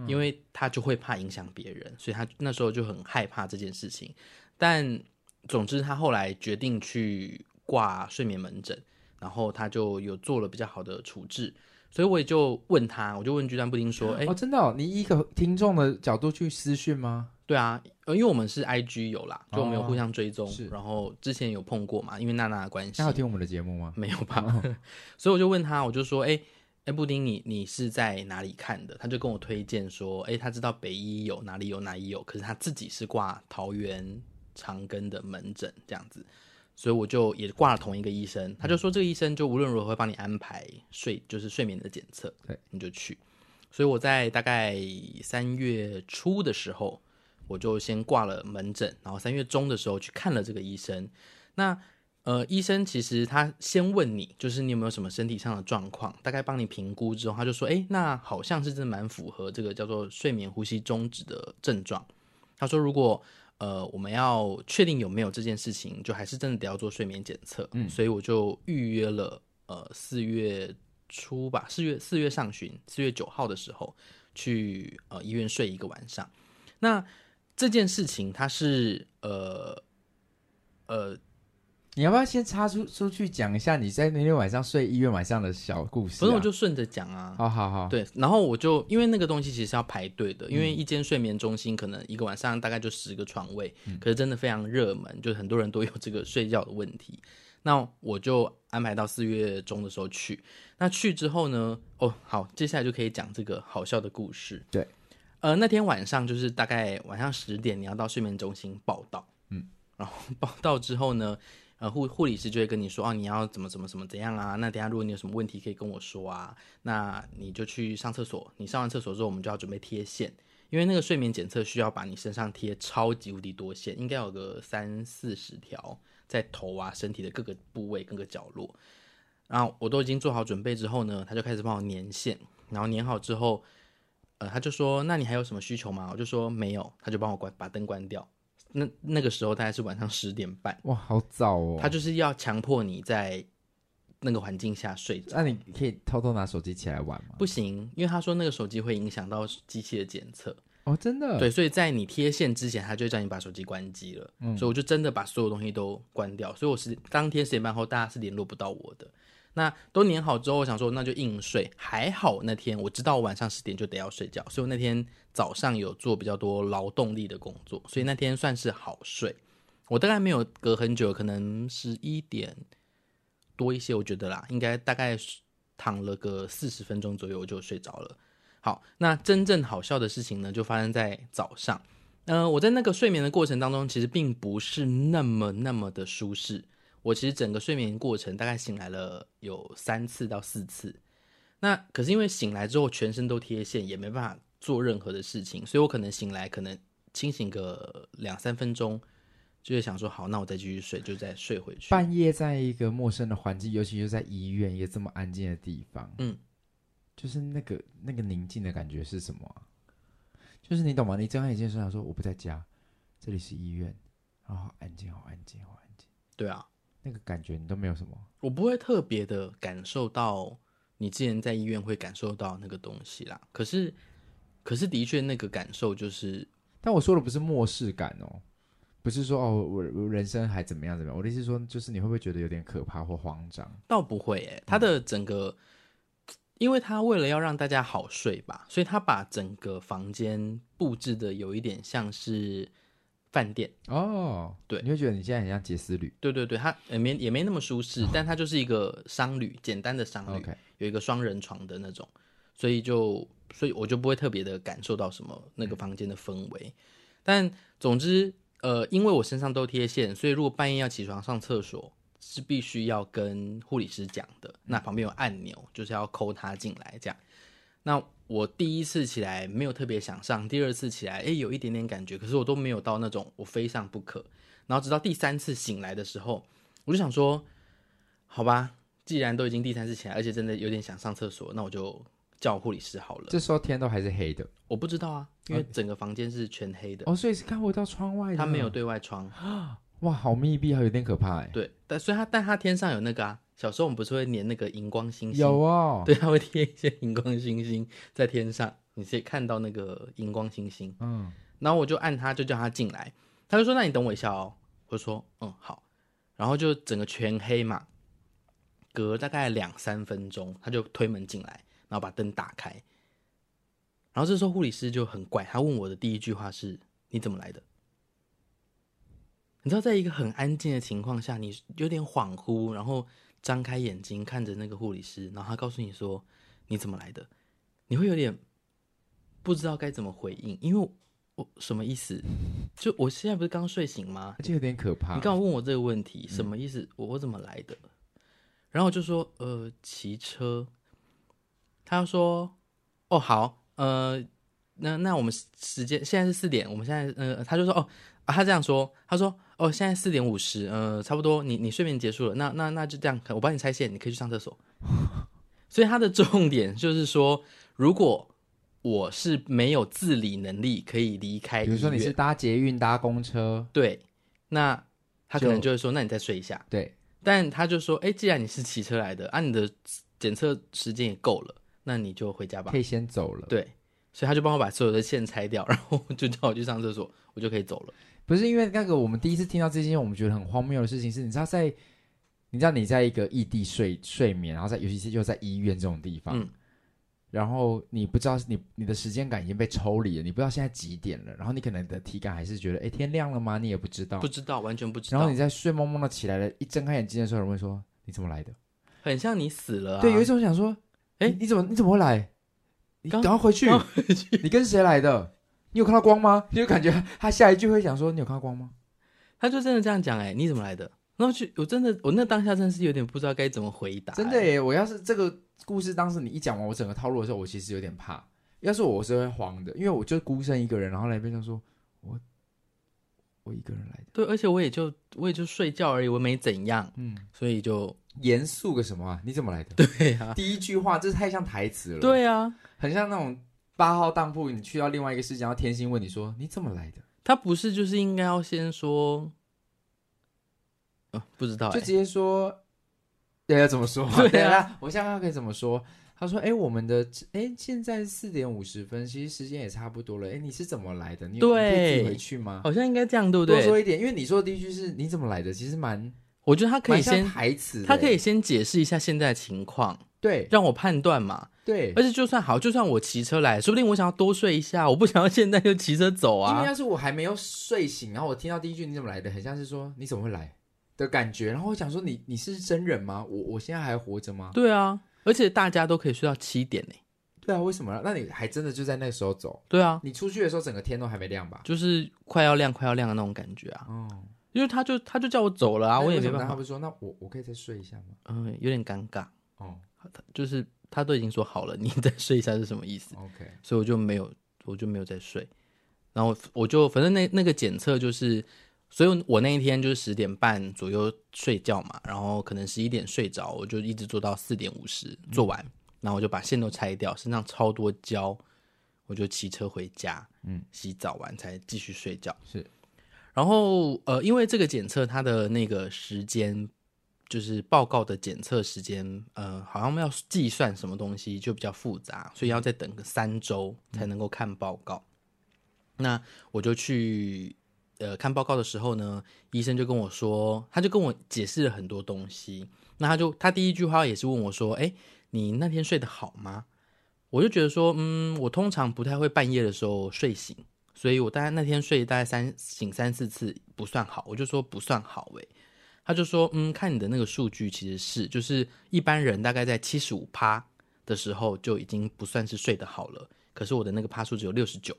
[SPEAKER 2] 因为他就会怕影响别人，所以他那时候就很害怕这件事情。但总之，他后来决定去挂睡眠门诊，然后他就有做了比较好的处置。所以我也就问他，我就问居蛋布丁说：“哎、
[SPEAKER 1] 哦，真的、哦，你以一个听众的角度去私讯吗？
[SPEAKER 2] 对啊，呃，因为我们是 IG 有啦，就我们有互相追踪，
[SPEAKER 1] 是
[SPEAKER 2] 然后之前有碰过嘛，因为娜娜的关系
[SPEAKER 1] 他有听我们的节目吗？哦
[SPEAKER 2] 没有吧？ 所以我就问他，我就说，哎、哎、布丁你，你是在哪里看的？他就跟我推荐说，哎、他知道北医有哪里有哪里有，可是他自己是挂桃园长庚的门诊这样子，所以我就也挂了同一个医生，他就说这个医生就无论如何会帮你安排睡，就是睡眠的检测，
[SPEAKER 1] 对，
[SPEAKER 2] 你就去。所以我在大概三月初的时候，我就先挂了门诊，然后三月中的时候去看了这个医生。那呃，医生其实他先问你，就是你有没有什么身体上的状况，大概帮你评估之后，他就说，诶，那好像是真的蛮符合这个叫做睡眠呼吸终止的症状。他说，如果呃我们要确定有没有这件事情，就还是真的得要做睡眠检测。嗯，所以我就预约了呃四月初吧，四月四月上旬，四月九号的时候去呃医院睡一个晚上。那这件事情它是呃呃
[SPEAKER 1] 你要不要先插出出去讲一下你在那天晚上睡医院晚上的小故事、啊？
[SPEAKER 2] 不是，我就顺着讲啊。
[SPEAKER 1] 好好好，
[SPEAKER 2] 对，然后我就因为那个东西其实是要排队的，因为一间睡眠中心可能一个晚上大概就十个床位，可是真的非常热门，就是很多人都有这个睡觉的问题。那我就安排到四月中的时候去。那去之后呢，哦，好，接下来就可以讲这个好笑的故事。
[SPEAKER 1] 对，
[SPEAKER 2] 呃，那天晚上就是大概晚上十点，你要到睡眠中心报到。然后报到之后呢，呃，护护理师就会跟你说，哦，你要怎么怎么怎么怎样啊？那等一下如果你有什么问题可以跟我说啊，那你就去上厕所。你上完厕所之后，我们就要准备贴线，因为那个睡眠检测需要把你身上贴超级无敌多线，应该有个三四十条，在头啊、身体的各个部位、各个角落。然后我都已经做好准备之后呢，他就开始帮我粘线，然后粘好之后，呃，他就说，那你还有什么需求吗？我就说没有，他就帮我关把灯关掉。那那个时候大概是晚上十点半，
[SPEAKER 1] 哇，好早哦。
[SPEAKER 2] 他就是要强迫你在那个环境下睡着。
[SPEAKER 1] 那你可以偷偷拿手机起来玩吗？
[SPEAKER 2] 不行，因为他说那个手机会影响到机器的检测，
[SPEAKER 1] 哦，真的，
[SPEAKER 2] 对，所以在你贴线之前，他就会叫你把手机关机了。所以我就真的把所有东西都关掉，所以我是当天十点半后大家是联络不到我的。那都粘好之后，我想说那就硬睡，还好那天我知道我晚上十点就得要睡觉，所以我那天早上有做比较多劳动力的工作，所以那天算是好睡。我大概没有隔很久，可能十一点多一些，我觉得啦，应该大概躺了个四十分钟左右我就睡着了。好，那真正好笑的事情呢，就发生在早上。呃，我在那个睡眠的过程当中，其实并不是那么那么的舒适。我其实整个睡眠过程大概醒来了有三次到四次。那可是因为醒来之后全身都贴线，也没办法做任何的事情，所以我可能醒来可能清醒个两三分钟，就会想说好，那我再继续睡，就再睡回去。
[SPEAKER 1] 半夜在一个陌生的环境，尤其是在医院一个这么安静的地方，
[SPEAKER 2] 嗯，
[SPEAKER 1] 就是那个那个宁静的感觉是什么啊、就是你懂吗？你睁开眼睛的时候想说我不在家，这里是医院，然后好安静，好安静，好安静，
[SPEAKER 2] 对啊，
[SPEAKER 1] 那个感觉你都没有什么。
[SPEAKER 2] 我不会特别的感受到你之前在医院会感受到那个东西啦。可是可是的确那个感受就是，
[SPEAKER 1] 但我说的不是漠视感哦，不是说哦我我人生还怎么样怎么样，我的意思是说，就是你会不会觉得有点可怕或慌张？
[SPEAKER 2] 倒不会诶、他的整个，因为他为了要让大家好睡吧，所以他把整个房间布置的有一点像是饭店。
[SPEAKER 1] 哦，
[SPEAKER 2] 对
[SPEAKER 1] 你会觉得你现在很像杰斯旅。
[SPEAKER 2] 对对对，他也没也没那么舒适，但他就是一个商旅，简单的商旅
[SPEAKER 1] OK，
[SPEAKER 2] 有一个双人床的那种，所以就所以我就不会特别的感受到什么那个房间的氛围。但总之，呃，因为我身上都贴线，所以如果半夜要起床上厕所是必须要跟护理师讲的。那旁边有按钮，就是要抠他进来这样。那我第一次起来没有特别想上，第二次起来诶有一点点感觉，可是我都没有到那种我非上不可。然后直到第三次醒来的时候，我就想说，好吧，既然都已经第三次起来，而且真的有点想上厕所，那我就叫护理师好了。
[SPEAKER 1] 这时候天都还是黑的
[SPEAKER 2] 我不知道啊，因为整个房间是全黑的，
[SPEAKER 1] 哦，所以是看不到窗外的。啊
[SPEAKER 2] 它没有对外窗。
[SPEAKER 1] 哇，好密闭，还有点可怕哎。
[SPEAKER 2] 对，但所以它但它天上有那个啊，小时候我们不是会粘那个荧光星星？
[SPEAKER 1] 有哦，
[SPEAKER 2] 对，它会贴一些荧光星星在天上，你可以看到那个荧光星星。
[SPEAKER 1] 嗯，
[SPEAKER 2] 然后我就按他，就叫他进来。他就说：“那你等我一下哦。”我就说：“嗯，好。”然后就整个全黑嘛，隔大概两三分钟，他就推门进来，然后把灯打开。然后这时候护理师就很怪，他问我的第一句话是：“你怎么来的？”你知道，在一个很安静的情况下，你有点恍惚，然后张开眼睛看着那个护理师，然后他告诉你说：“你怎么来的？”你会有点不知道该怎么回应，因为我什么意思？就我现在不是刚睡醒吗？
[SPEAKER 1] 而且有点可怕。嗯
[SPEAKER 2] 你刚好问我这个问题，什么意思？我我怎么来的？然后我就说，呃，骑车。他就说，哦，好，呃，那那我们时时间现在是四点，我们现在，呃，他就说，哦，啊、他这样说，他说，哦，现在四点五十，呃，差不多，你你睡眠结束了，那那那就这样，我帮你拆线，你可以去上厕所。 所以他的重点就是说，如果我是没有自理能力，可以离开医
[SPEAKER 1] 比
[SPEAKER 2] 院，
[SPEAKER 1] 如说你是搭捷运、搭公车，
[SPEAKER 2] 对，那他可
[SPEAKER 1] 就
[SPEAKER 2] 能就会说，那你再睡一下。
[SPEAKER 1] 对，
[SPEAKER 2] 但他就说，哎、既然你是骑车来的，啊，你的检测时间也够了，那你就回家吧
[SPEAKER 1] 可。以先走了。
[SPEAKER 2] 对，所以他就帮我把所有的线拆掉，然后就叫我去上厕所，我就可以走了。
[SPEAKER 1] 不是因为那个，我们第一次听到这些，我们觉得很荒谬的事情是，你知道在，你知道你在一个异地睡睡眠，然后在尤其是又在医院这种地方，
[SPEAKER 2] 嗯
[SPEAKER 1] 然后你不知道你你的时间感已经被抽离了，你不知道现在几点了，然后你可能的体感还是觉得，哎，天亮了吗？你也不知道
[SPEAKER 2] 不，知道，完全不知
[SPEAKER 1] 然后
[SPEAKER 2] 道
[SPEAKER 1] 你，在睡蒙蒙的起来了，一睁开眼睛的时候，有人会说你怎么来的？
[SPEAKER 2] 很像你死了、啊。
[SPEAKER 1] 对，有一种想说，哎，
[SPEAKER 2] 诶
[SPEAKER 1] 你怎么你怎么会来？你
[SPEAKER 2] 刚
[SPEAKER 1] 赶快回去，
[SPEAKER 2] 刚
[SPEAKER 1] 你跟谁来的？你有看到光吗？就感觉他下一句会想说，你有看到光吗？
[SPEAKER 2] 他就真的这样讲，哎，你怎么来的？然后就我真的，我那当下真的是有点不知道该怎么回答。欸
[SPEAKER 1] 真的
[SPEAKER 2] 诶，
[SPEAKER 1] 耶！我要是这个故事当时你一讲完我整个套路的时候，我其实有点怕。要是我，我是会慌的，因为我就孤身一个人，然后来边上说，我我一个人来的，
[SPEAKER 2] 对，而且我也就我也就睡觉而已，我没怎样，
[SPEAKER 1] 嗯，
[SPEAKER 2] 所以就
[SPEAKER 1] 严肃个什么啊？你怎么来的？
[SPEAKER 2] 对啊，
[SPEAKER 1] 第一句话这太像台词了，，
[SPEAKER 2] 对啊，
[SPEAKER 1] 很像那种八号当铺，你去到另外一个世界，然后天心问你说你怎么来的，
[SPEAKER 2] 他不是就是应该要先说，呃，不知道
[SPEAKER 1] 就
[SPEAKER 2] 哎、
[SPEAKER 1] 直接说，对要怎么说？等
[SPEAKER 2] 对啊
[SPEAKER 1] 一下，我想想看可以怎么说。他说：“哎、我们的哎、现在四点五十分，其实时间也差不多了。哎、你是怎么来的？你有你可以自己
[SPEAKER 2] 对
[SPEAKER 1] 回去吗？
[SPEAKER 2] 好像应该这样，对不
[SPEAKER 1] 多
[SPEAKER 2] 对？
[SPEAKER 1] 说一点，因为你说的第一句是你怎么来的，其实蛮
[SPEAKER 2] 我觉得他可以
[SPEAKER 1] 蛮像
[SPEAKER 2] 先，
[SPEAKER 1] 台词的，
[SPEAKER 2] 他可以先解释一下现在的情况，
[SPEAKER 1] 对
[SPEAKER 2] 让我判断嘛。
[SPEAKER 1] 对。
[SPEAKER 2] 而且就算好，就算我骑车来，说不定我想要多睡一下，我不想要现在就骑车走
[SPEAKER 1] 因为
[SPEAKER 2] 啊。
[SPEAKER 1] 要是我还没有睡醒，然后我听到第一句你怎么来的，很像是说你怎么会来的感觉，然后我想说你你是真人吗？我我现在还活着吗？
[SPEAKER 2] 对啊，而且大家都可以睡到七点呢、
[SPEAKER 1] 对啊，为什么？那你还真的就在那个时候走？
[SPEAKER 2] 对啊，
[SPEAKER 1] 你出去的时候整个天都还没亮吧？
[SPEAKER 2] 就是快要亮，快要亮的那种感觉啊。
[SPEAKER 1] 哦，
[SPEAKER 2] 因为他就他就叫我走了啊，
[SPEAKER 1] 那
[SPEAKER 2] 我也
[SPEAKER 1] 为
[SPEAKER 2] 没
[SPEAKER 1] 什么
[SPEAKER 2] 办
[SPEAKER 1] 他
[SPEAKER 2] 法，
[SPEAKER 1] 不说，那我我可以再睡一下吗？
[SPEAKER 2] 嗯、有点尴尬。
[SPEAKER 1] 哦
[SPEAKER 2] 就是他都已经说好了，你再睡一下是什么意思？
[SPEAKER 1] ，OK，
[SPEAKER 2] 所以我就没有，我就没有再睡。然后我就反正那那个检测就是，所以我那一天就是十点半左右睡觉嘛，然后可能十一点睡着，我就一直做到四点五十
[SPEAKER 1] 嗯
[SPEAKER 2] 做完，然后我就把线都拆掉，身上超多胶，我就骑车回家，
[SPEAKER 1] 嗯，
[SPEAKER 2] 洗澡完才继续睡觉。
[SPEAKER 1] 是，
[SPEAKER 2] 然后呃，因为这个检测它的那个时间就是报告的检测时间，呃，好像要计算什么东西就比较复杂，所以要再等个三周才能够看报告。那我就去呃看报告的时候呢，医生就跟我说，他就跟我解释了很多东西。那他就他第一句话也是问我说：“哎，你那天睡得好吗？”我就觉得说，嗯，我通常不太会半夜的时候睡醒，所以我大概那天睡大概三醒三四次不算好，我就说不算好诶、他就说，嗯，看你的那个数据其实是，就是一般人大概在七十五趴的时候就已经不算是睡得好了，可是我的那个趴数只有六十九，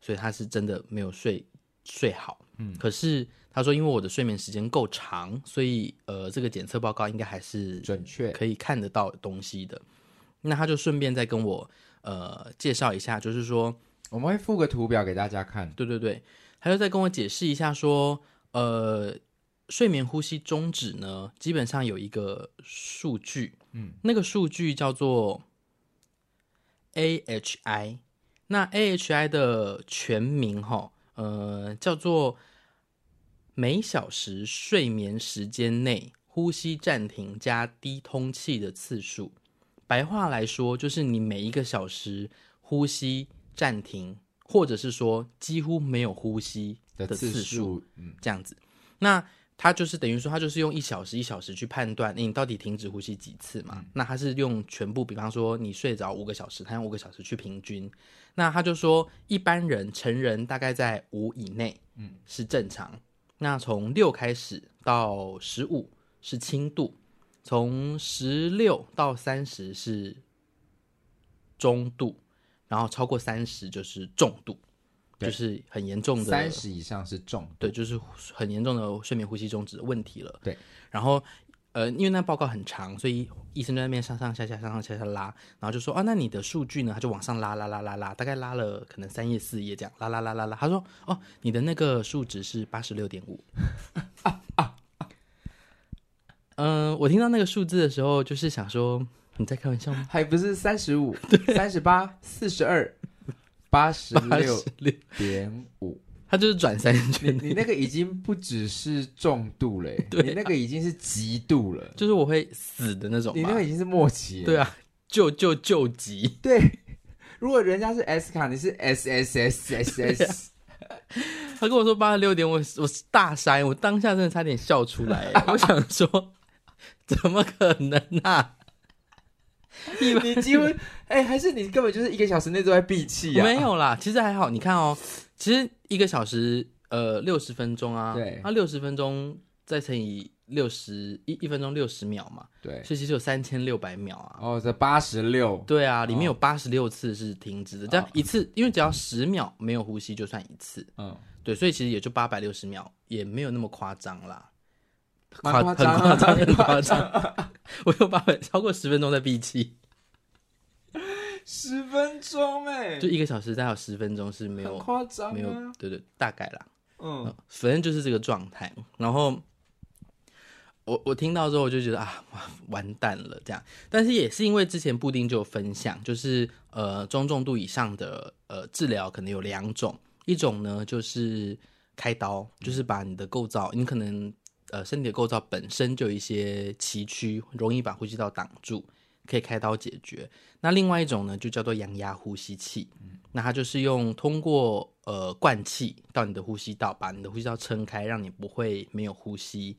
[SPEAKER 2] 所以他是真的没有睡睡好。嗯，可是他说，因为我的睡眠时间够长，所以呃，这个检测报告应该还是
[SPEAKER 1] 准确。
[SPEAKER 2] 可以看得到东西的。那他就顺便再跟我呃介绍一下，就是说，
[SPEAKER 1] 我们会附个图表给大家看。
[SPEAKER 2] 对对对，他就再跟我解释一下说，呃，睡眠呼吸终止呢，基本上有一个数据，嗯，那个数据叫做 AHI，那 AHI 的全名哈，呃，叫做每小时睡眠时间内呼吸暂停加低通气的次数。白话来说，就是你每一个小时呼吸暂停，或者是说几乎没有呼吸
[SPEAKER 1] 的
[SPEAKER 2] 的次
[SPEAKER 1] 次
[SPEAKER 2] 数，
[SPEAKER 1] 数，嗯，
[SPEAKER 2] 这样子。那他就是等于说，他就是用一小时一小时去判断哎你到底停止呼吸几次嘛。
[SPEAKER 1] 嗯
[SPEAKER 2] 那他是用全部，比方说你睡着五个小时，他用五个小时去平均。那他就说，一般人成人大概在五以内，嗯，是正常。那从六开始到十五是轻度，从十六到三十是中度，然后超过三十就是重度，
[SPEAKER 1] 对
[SPEAKER 2] 就是很严重的
[SPEAKER 1] 三十以上是重，
[SPEAKER 2] 对，就是很严重的睡眠呼吸终止的问题了。
[SPEAKER 1] 对，
[SPEAKER 2] 然后呃，因为那报告很长，所以医生在那边上上下下、上上下下拉，然后就说啊，那你的数据呢？他就往上拉拉拉拉拉，大概拉了可能三页四页这样，拉拉拉拉拉。他说哦，你的那个数值是八十六点五。嗯、我听到那个数字的时候，就是想说你在开玩笑吗？
[SPEAKER 1] 还不是三十五、三十八、四十二、八十六
[SPEAKER 2] 六，
[SPEAKER 1] 点五。
[SPEAKER 2] 他就是转三
[SPEAKER 1] 你
[SPEAKER 2] 圈，
[SPEAKER 1] 你那个已经不只是重度了、欸，你那个已经是极度了，
[SPEAKER 2] 就是我会死的那种
[SPEAKER 1] 你那
[SPEAKER 2] 吧
[SPEAKER 1] 个？已经是末期了。
[SPEAKER 2] 对啊，救救救急。
[SPEAKER 1] 对，如果人家是 S 卡，你是 S S S S S，
[SPEAKER 2] 他跟我说八十六点，我我大塞，我当下真的差点笑 出来。欸我想说，怎么可能啊？
[SPEAKER 1] 你几乎哎、还是你根本就是一个小时内都在闭气啊？
[SPEAKER 2] 没有啦，其实还好。你看哦，其实一个小时呃六十分钟啊，
[SPEAKER 1] 对
[SPEAKER 2] 那六十分钟再乘以六十一一分钟六十秒嘛，
[SPEAKER 1] 对，
[SPEAKER 2] 所以其实有三千六百秒啊。
[SPEAKER 1] 哦，这八十六，
[SPEAKER 2] 对啊，里面有八十六次是停止的，这
[SPEAKER 1] 哦
[SPEAKER 2] 样一次，因为只要十秒没有呼吸就算一次，
[SPEAKER 1] 嗯，
[SPEAKER 2] 对，所以其实也就八百六十秒，也没有那么夸张啦。
[SPEAKER 1] 蛮夸
[SPEAKER 2] 很
[SPEAKER 1] 张
[SPEAKER 2] 夸
[SPEAKER 1] 啊，
[SPEAKER 2] 张，很
[SPEAKER 1] 蛮
[SPEAKER 2] 夸张。 我有八百超过十分钟在闭气，
[SPEAKER 1] 十分钟哎、
[SPEAKER 2] 就一个小时大概有十分钟是没
[SPEAKER 1] 很
[SPEAKER 2] 有
[SPEAKER 1] 夸张、啊，
[SPEAKER 2] 没有，对对，大概啦，
[SPEAKER 1] 嗯，
[SPEAKER 2] 反正就是这个状态。然后我我听到之后我就觉得啊，哇完蛋了这样。但是也是因为之前布丁就有分享，就是呃中重度以上的呃治疗可能有两种，一种呢就是开刀，就是把你的构造，你可能呃身体的构造本身就有一些崎岖，容易把呼吸道挡住。可以开刀解决。那另外一种呢，就叫做阳压呼吸器，那它就是用通过呃灌气到你的呼吸道，把你的呼吸道撑开，让你不会没有呼吸。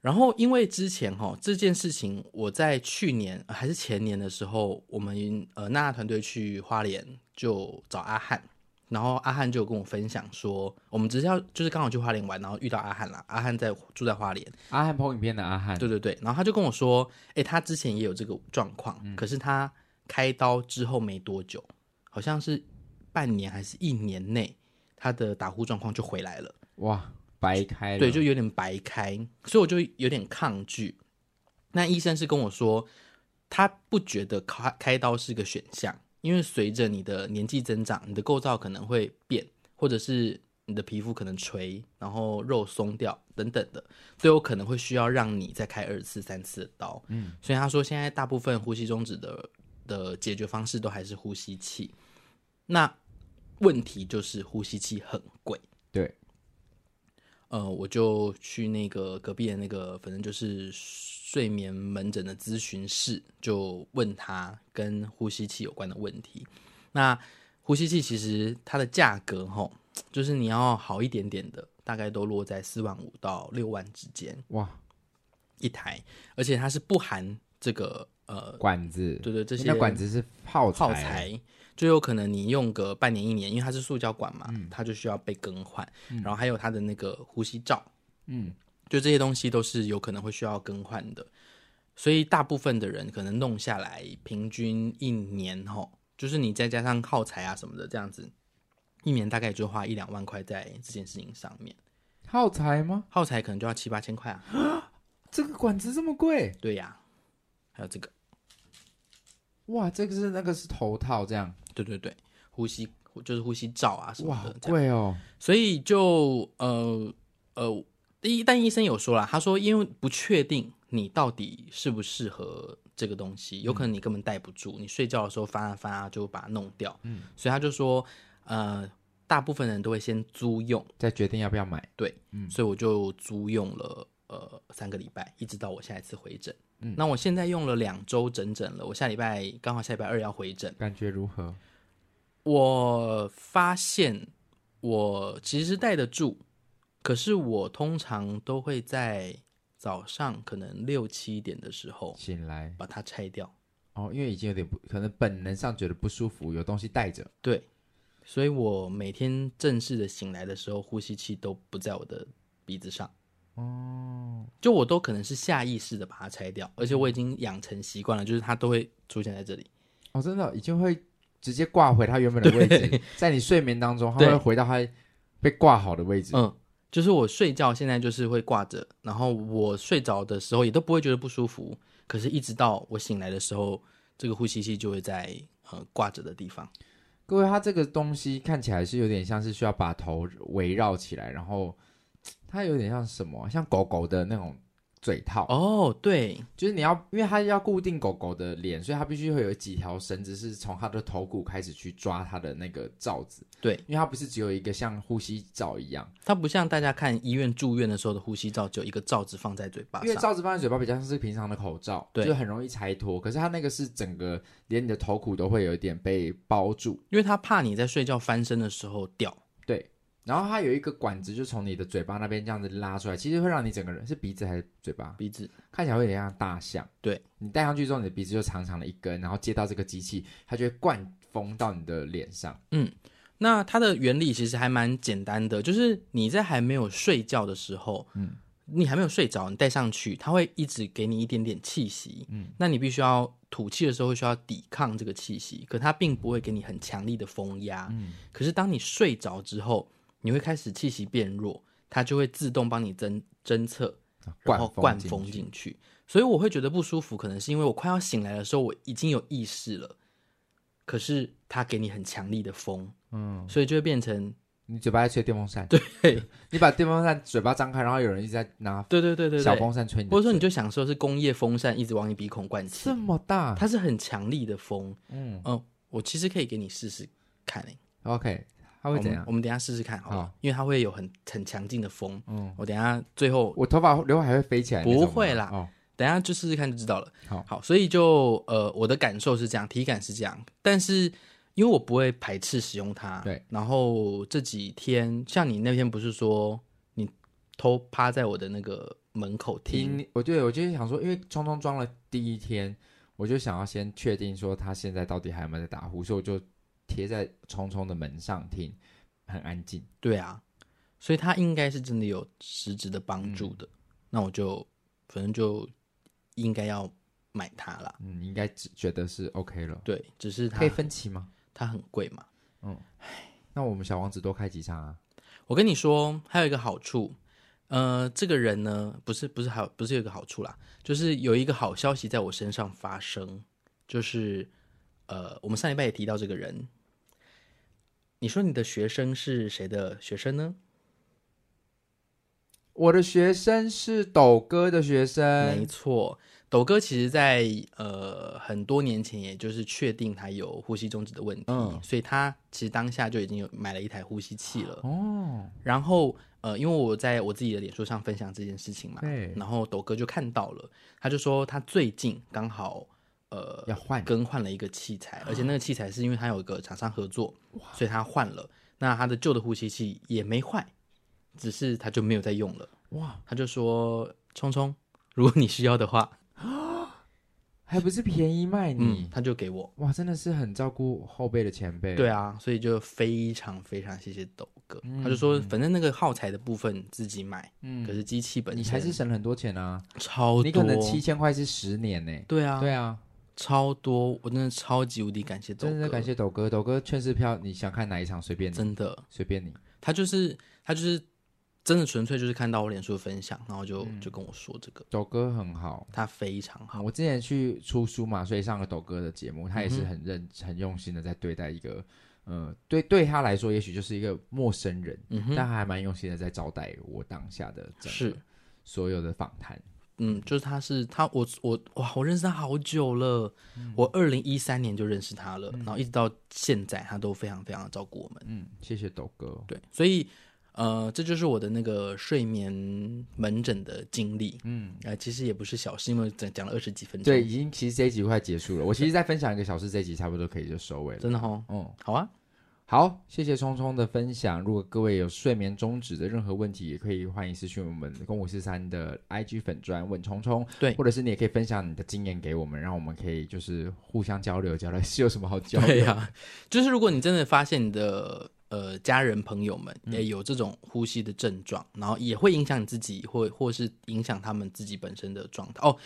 [SPEAKER 2] 然后，因为之前哈、这件事情，我在去年、呃还是前年的时候，我们呃娜娜团队去花莲就找阿汉，然后阿汉就有跟我分享说，我们只是要就是刚好去花莲玩，然后遇到阿汉啦，阿汉在住在花莲，
[SPEAKER 1] 阿汉彭影片的阿汉，
[SPEAKER 2] 对对对，然后他就跟我说，哎、他之前也有这个状况，可是他开刀之后没多久，好像是半年还是一年内，他的打呼状况就回来了，
[SPEAKER 1] 哇，白开了，
[SPEAKER 2] 对，就有点白开，所以我就有点抗拒。那医生是跟我说，他不觉得开开刀是个选项，因为随着你的年纪增长，你的构造可能会变，或者是你的皮肤可能垂，然后肉松掉等等的，都有可能会需要让你再开二次、三次的刀。嗯，所以他说现在大部分呼吸终止的的解决方式都还是呼吸器。那问题就是呼吸器很贵。
[SPEAKER 1] 对，
[SPEAKER 2] 呃，我就去那个隔壁的那个，反正就是睡眠门诊的咨询室，就问他跟呼吸器有关的问题。那呼吸器其实它的价格吼，就是你要好一点点的，大概都落在四万五到六万之间
[SPEAKER 1] 哇，
[SPEAKER 2] 一台，而且它是不含这个呃，
[SPEAKER 1] 管子，
[SPEAKER 2] 对对，这些
[SPEAKER 1] 那管子是啊泡
[SPEAKER 2] 耗
[SPEAKER 1] 材，
[SPEAKER 2] 材，就有可能你用个半年一年，因为它是塑胶管嘛，
[SPEAKER 1] 嗯
[SPEAKER 2] 它就需要被更换。然后还有它的那个呼吸罩，
[SPEAKER 1] 嗯，
[SPEAKER 2] 就这些东西都是有可能会需要更换的。所以大部分的人可能弄下来，平均一年吼，就是你再加上耗材啊什么的，这样子一年大概就花一两万块在这件事情上面，
[SPEAKER 1] 耗材吗？
[SPEAKER 2] 耗材可能就要七八千块啊。
[SPEAKER 1] 这个管子这么贵？
[SPEAKER 2] 对呀、还有这个，
[SPEAKER 1] 哇，这个是那个是头套这样，
[SPEAKER 2] 对对对，呼吸就是呼吸罩啊什么
[SPEAKER 1] 哇，
[SPEAKER 2] 的
[SPEAKER 1] 好，
[SPEAKER 2] 这样
[SPEAKER 1] 贵哦，
[SPEAKER 2] 所以就呃呃，第一，但医生有说了，他说因为不确定你到底适不适合这个东西，有可能你根本戴不住，你睡觉的时候翻啊翻啊就把它弄掉，嗯，所以他就说呃，大部分人都会先租用，
[SPEAKER 1] 再决定要不要买。
[SPEAKER 2] 对，所以我就租用了呃三个礼拜，一直到我下一次回诊。嗯，那我现在用了两周整整了，我下礼拜刚好下礼拜二要回诊。
[SPEAKER 1] 感觉如何？
[SPEAKER 2] 我发现我其实戴得住，可是我通常都会在早上可能六七点的时候
[SPEAKER 1] 醒来
[SPEAKER 2] 把它拆掉。
[SPEAKER 1] 哦，因为已经有点不，可能本能上觉得不舒服，有东西带着。
[SPEAKER 2] 对，所以我每天正式的醒来的时候，呼吸器都不在我的鼻子上。哦，就我都可能是下意识的把它拆掉，而且我已经养成习惯了，就是它都会出现在这里。
[SPEAKER 1] 哦，真的、已经会直接挂回它原本的位置，在你睡眠 当中，它会
[SPEAKER 2] 对
[SPEAKER 1] 回到它被挂好的位置。
[SPEAKER 2] 嗯，就是我睡觉现在就是会挂着，然后我睡着的时候也都不会觉得不舒服，可是一直到我醒来的时候，这个呼吸器就会在呃挂着的地方。
[SPEAKER 1] 各位，它这个东西看起来是有点像是需要把头围绕起来，然后它有点像什么，像狗狗的那种嘴套，
[SPEAKER 2] 哦，对，
[SPEAKER 1] 就是你要，因为它要固定狗狗的脸，所以它必须会有几条绳子是从它的头骨开始去抓它的那个罩子。
[SPEAKER 2] 对
[SPEAKER 1] 因为它不是只有一个像呼吸罩一样，
[SPEAKER 2] 它不像大家看医院住院的时候的呼吸罩，只有一个罩子放在嘴巴
[SPEAKER 1] 因为
[SPEAKER 2] 上。
[SPEAKER 1] 罩子放在嘴巴比较像是平常的口罩，
[SPEAKER 2] 啊对
[SPEAKER 1] 就很容易拆脱。可是它那个是整个连你的头骨都会有一点被包住，
[SPEAKER 2] 因为它怕你在睡觉翻身的时候掉，
[SPEAKER 1] 对。然后它有一个管子，就从你的嘴巴那边这样子拉出来，其实会让你整个人是鼻子还是嘴巴？
[SPEAKER 2] 鼻子
[SPEAKER 1] 看起来会有点像大象。
[SPEAKER 2] 对
[SPEAKER 1] 你戴上去之后，你的鼻子就长长的一根，然后接到这个机器，它就会灌风到你的脸上。
[SPEAKER 2] 那它的原理其实还蛮简单的，就是你在还没有睡觉的时候，嗯，你还没有睡着，你戴上去，它会一直给你一点点气息，嗯，那你必须要吐气的时候会需要抵抗这个气息，可它并不会给你很强力的风压，嗯，可是当你睡着之后，你会开始气息变弱，它就会自动帮你侦侦测，然后灌
[SPEAKER 1] 进
[SPEAKER 2] 风
[SPEAKER 1] 去
[SPEAKER 2] 进去，所以我会觉得不舒服，可能是因为我快要醒来的时候我已经有意识了，可是它给你很强力的风，嗯，所以就会变成
[SPEAKER 1] 你嘴巴在吹电风扇，对，你把电风扇嘴巴张开，然后有人一直在拿
[SPEAKER 2] 对对对对
[SPEAKER 1] 小
[SPEAKER 2] 对，
[SPEAKER 1] 风扇吹你的
[SPEAKER 2] 或者
[SPEAKER 1] 嘴，
[SPEAKER 2] 说你就享受是工业风扇一直往你鼻孔灌气
[SPEAKER 1] 这，么大
[SPEAKER 2] 它是很强力的风，
[SPEAKER 1] 嗯
[SPEAKER 2] 嗯我其实可以给你试试看诶、
[SPEAKER 1] ，OK，它
[SPEAKER 2] 我
[SPEAKER 1] 会
[SPEAKER 2] 们
[SPEAKER 1] 怎样？
[SPEAKER 2] 我们等一下试试看好了，
[SPEAKER 1] 好
[SPEAKER 2] 因为它会有很很强劲的风，
[SPEAKER 1] 嗯
[SPEAKER 2] 嗯，我等一下最后
[SPEAKER 1] 我头发刘海还会飞起来那种吗？
[SPEAKER 2] 不会啦
[SPEAKER 1] 哦，
[SPEAKER 2] 等一下就试试看就知道了。
[SPEAKER 1] 好
[SPEAKER 2] 所以就呃，我的感受是这样，体感是这样，但是因为我不会排斥使用它，
[SPEAKER 1] 对。
[SPEAKER 2] 然后这几天，像你那天不是说你偷趴在我的那个门口听，
[SPEAKER 1] 听，我对我就是想说，因为聪聪装了第一天，我就想要先确定说他现在到底还有没有在打呼，所以我就贴在聪聪的门上听，很安静。
[SPEAKER 2] 对啊，所以它应该是真的有实质的帮助
[SPEAKER 1] 嗯
[SPEAKER 2] 的。那我就反正就应该要买它啦，
[SPEAKER 1] 嗯，应该只觉得是 OK 了，
[SPEAKER 2] 对，只是它
[SPEAKER 1] 可以分期吗？
[SPEAKER 2] 它很贵嘛。
[SPEAKER 1] 那我们小王子多开几张啊？
[SPEAKER 2] 我跟你说，还有一个好处，呃，这个人呢，不是不是还有不是有一个好处啦，就是有一个好消息在我身上发生，就是呃，我们上礼拜也提到这个人。你说你的学生是谁的学生呢？
[SPEAKER 1] 我的学生是斗哥的学
[SPEAKER 2] 没
[SPEAKER 1] 生，
[SPEAKER 2] 错，斗哥其实在呃很多年前，也就是确定他有呼吸中止的问题，
[SPEAKER 1] 嗯
[SPEAKER 2] 所以他其实当下就已经有买了一台呼吸器了。
[SPEAKER 1] 哦，
[SPEAKER 2] 然后呃，因为我在我自己的脸书上分享这件事情嘛
[SPEAKER 1] 对，
[SPEAKER 2] 然后斗哥就看到了，他就说他最近刚好呃
[SPEAKER 1] 要换
[SPEAKER 2] 更换了一个器材，而且那个器材是因为他有一个厂商合作，所以他换了。那他的旧的呼吸器也没坏，只是他就没有再用了。
[SPEAKER 1] 哇，
[SPEAKER 2] 他就说：“聪聪，如果你需要的话，
[SPEAKER 1] 还不是便宜卖你
[SPEAKER 2] 嗯，？他就给我。
[SPEAKER 1] 哇，真的是很照顾后辈的前辈。
[SPEAKER 2] 对啊，所以就非常非常谢谢斗哥。他就说，反正那个耗材的部分自己买，
[SPEAKER 1] 嗯
[SPEAKER 2] 可是机器本
[SPEAKER 1] 你
[SPEAKER 2] 身
[SPEAKER 1] 还是省了很多钱啊！
[SPEAKER 2] 超多，
[SPEAKER 1] 你可能七千块是十年呢、
[SPEAKER 2] 对啊，
[SPEAKER 1] 对啊，
[SPEAKER 2] 超多，我真的超级无敌感谢斗哥，
[SPEAKER 1] 真的感，谢斗哥，斗哥券市票，你想看哪一场随便你，
[SPEAKER 2] 真的，
[SPEAKER 1] 随便你。
[SPEAKER 2] 他就是他就是真的纯粹就是看到我脸书的分享，然后
[SPEAKER 1] 嗯
[SPEAKER 2] 就、就跟我说这个，
[SPEAKER 1] 斗哥很好，
[SPEAKER 2] 他非常好，
[SPEAKER 1] 我之前去出书嘛，所以上了斗哥的节目，他也
[SPEAKER 2] 嗯
[SPEAKER 1] 是很认、很用心的在对待一个，呃，对对他来说，也许就是一个陌生人，
[SPEAKER 2] 嗯
[SPEAKER 1] 但
[SPEAKER 2] 哼，
[SPEAKER 1] 他还蛮用心的在招待我当下的整个
[SPEAKER 2] 是
[SPEAKER 1] 所有的访谈。
[SPEAKER 2] 嗯，就是他是他我我哇，我认识他好久了，
[SPEAKER 1] 嗯
[SPEAKER 2] 我二零一三年就认识他了，然后一直到现在，他都非常非常的照顾我们。
[SPEAKER 1] 嗯，谢谢斗哥。
[SPEAKER 2] 对，所以呃，这就是我的那个睡眠门诊的经历。嗯，呃，其实也不是小事，因为讲讲了二十几分钟，
[SPEAKER 1] 对，，已经其实这一集快结束了，我其实再分享一个小时，这一集差不多可以就收尾了。
[SPEAKER 2] 真的哦，
[SPEAKER 1] 嗯，
[SPEAKER 2] 好啊，
[SPEAKER 1] 好，谢谢聪聪的分享。如果各位有睡眠终止的任何问题，也可以欢迎私讯我们公五四三的 IG 粉砖问聪聪，
[SPEAKER 2] 对
[SPEAKER 1] 或者是你也可以分享你的经验给我们，让我们可以就是互相交流交流，是有什么好交流？
[SPEAKER 2] 对呀、就是如果你真的发现你的呃家人朋友们也有这种呼吸的症状，然后也会影响你自己，或或是影响他们自己本身的状态。哦，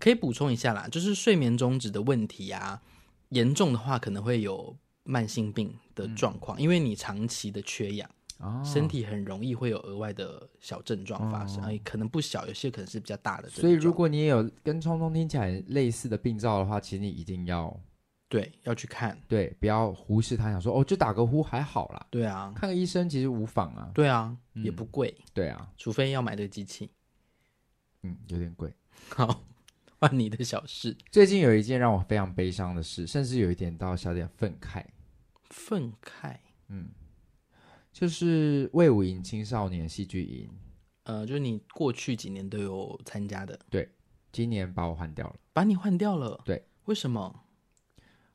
[SPEAKER 2] 可以补充一下啦，就是睡眠终止的问题啊，严重的话可能会有慢性病的状况，因为你长期的缺氧。
[SPEAKER 1] 哦
[SPEAKER 2] 身体很容易会有额外的小症状发生，哎，可能不小，有些可能是比较大的症状。
[SPEAKER 1] 哦所以如果你也有跟聪聪听起来类似的病灶的话，其实你一定要
[SPEAKER 2] 对要去看，
[SPEAKER 1] 对，不要忽视他，想说哦，就打个呼还好啦，
[SPEAKER 2] 对啊，
[SPEAKER 1] 看个医生其实无妨啊。
[SPEAKER 2] 对啊，也不贵，
[SPEAKER 1] 对啊，
[SPEAKER 2] 除非要买这个机器。
[SPEAKER 1] 嗯，有点贵。
[SPEAKER 2] 好，换你的小事，
[SPEAKER 1] 最近有一件让我非常悲伤的事，甚至有一点到小点愤慨。
[SPEAKER 2] 愤慨，
[SPEAKER 1] 就是魏武营青少年戏剧营，
[SPEAKER 2] 呃，就是你过去几年都有参加的，
[SPEAKER 1] 今年把我换掉了。
[SPEAKER 2] 把你换掉了，
[SPEAKER 1] 对，
[SPEAKER 2] 为什么？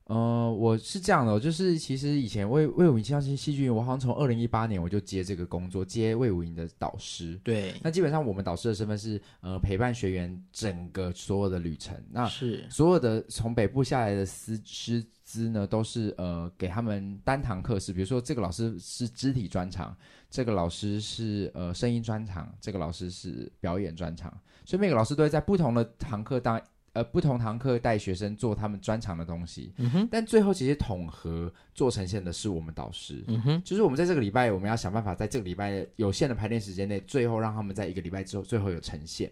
[SPEAKER 1] 呃，我是这样的哦，就是其实以前魏魏武营青少年戏剧营，我好像从二零一八年我就接这个工作，接魏武营的导师。
[SPEAKER 2] 对，
[SPEAKER 1] 那基本上我们导师的身份是呃陪伴学员整个所有的旅程。那啊
[SPEAKER 2] 是
[SPEAKER 1] 所有的从北部下来的师师资呢，都是呃给他们单堂课是，比如说这个老师是肢体专长，这个老师是呃声音专长，这个老师是表演专长，所以每个老师都会在不同的堂课当呃不同堂课带学生做他们专长的东西，
[SPEAKER 2] 嗯哼，
[SPEAKER 1] 但最后其实统合做呈现的是我们导师，
[SPEAKER 2] 嗯哼，
[SPEAKER 1] 就是我们在这个礼拜，我们要想办法在这个礼拜有限的排练时间内，最后让他们在一个礼拜之后最后有呈现。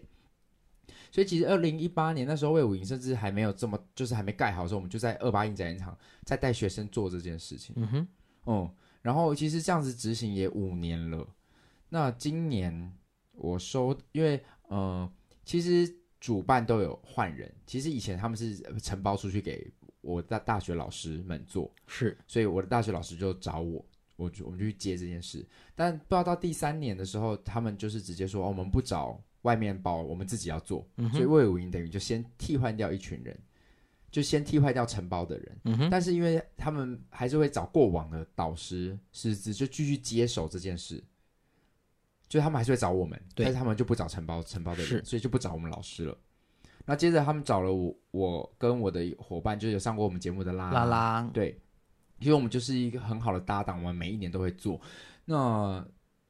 [SPEAKER 1] 所以其实二零一八年那时候魏武营甚至还没有这么，就是还没盖好的时候，我们就在二八影展演场在带学生做这件事情。
[SPEAKER 2] 嗯哼，
[SPEAKER 1] 嗯，然后其实这样子执行也五年了。那今年我收，因为呃，其实主办都有换人，其实以前他们是呃承包出去给我大大学老师们做，
[SPEAKER 2] 是
[SPEAKER 1] 所以我的大学老师就找我，我就我们就去接这件事。但不知道到第三年的时候，他们就是直接说、哦我们不找外面包，我们自己要做。
[SPEAKER 2] 嗯
[SPEAKER 1] 所以魏武营等于就先替换掉一群人，就先替换掉承包的人。
[SPEAKER 2] 嗯哼
[SPEAKER 1] 但是因为他们还是会找过往的导师师资，就继续接手这件事。就他们还是会找我们，
[SPEAKER 2] 对
[SPEAKER 1] 但是他们就不找承包承包的人，
[SPEAKER 2] 是
[SPEAKER 1] 所以就不找我们老师了。那接着他们找了我，我跟我的伙伴，就是有上过我们节目的拉
[SPEAKER 2] 拉拉，
[SPEAKER 1] 对，因为我们就是一个很好的搭档，我们每一年都会做。那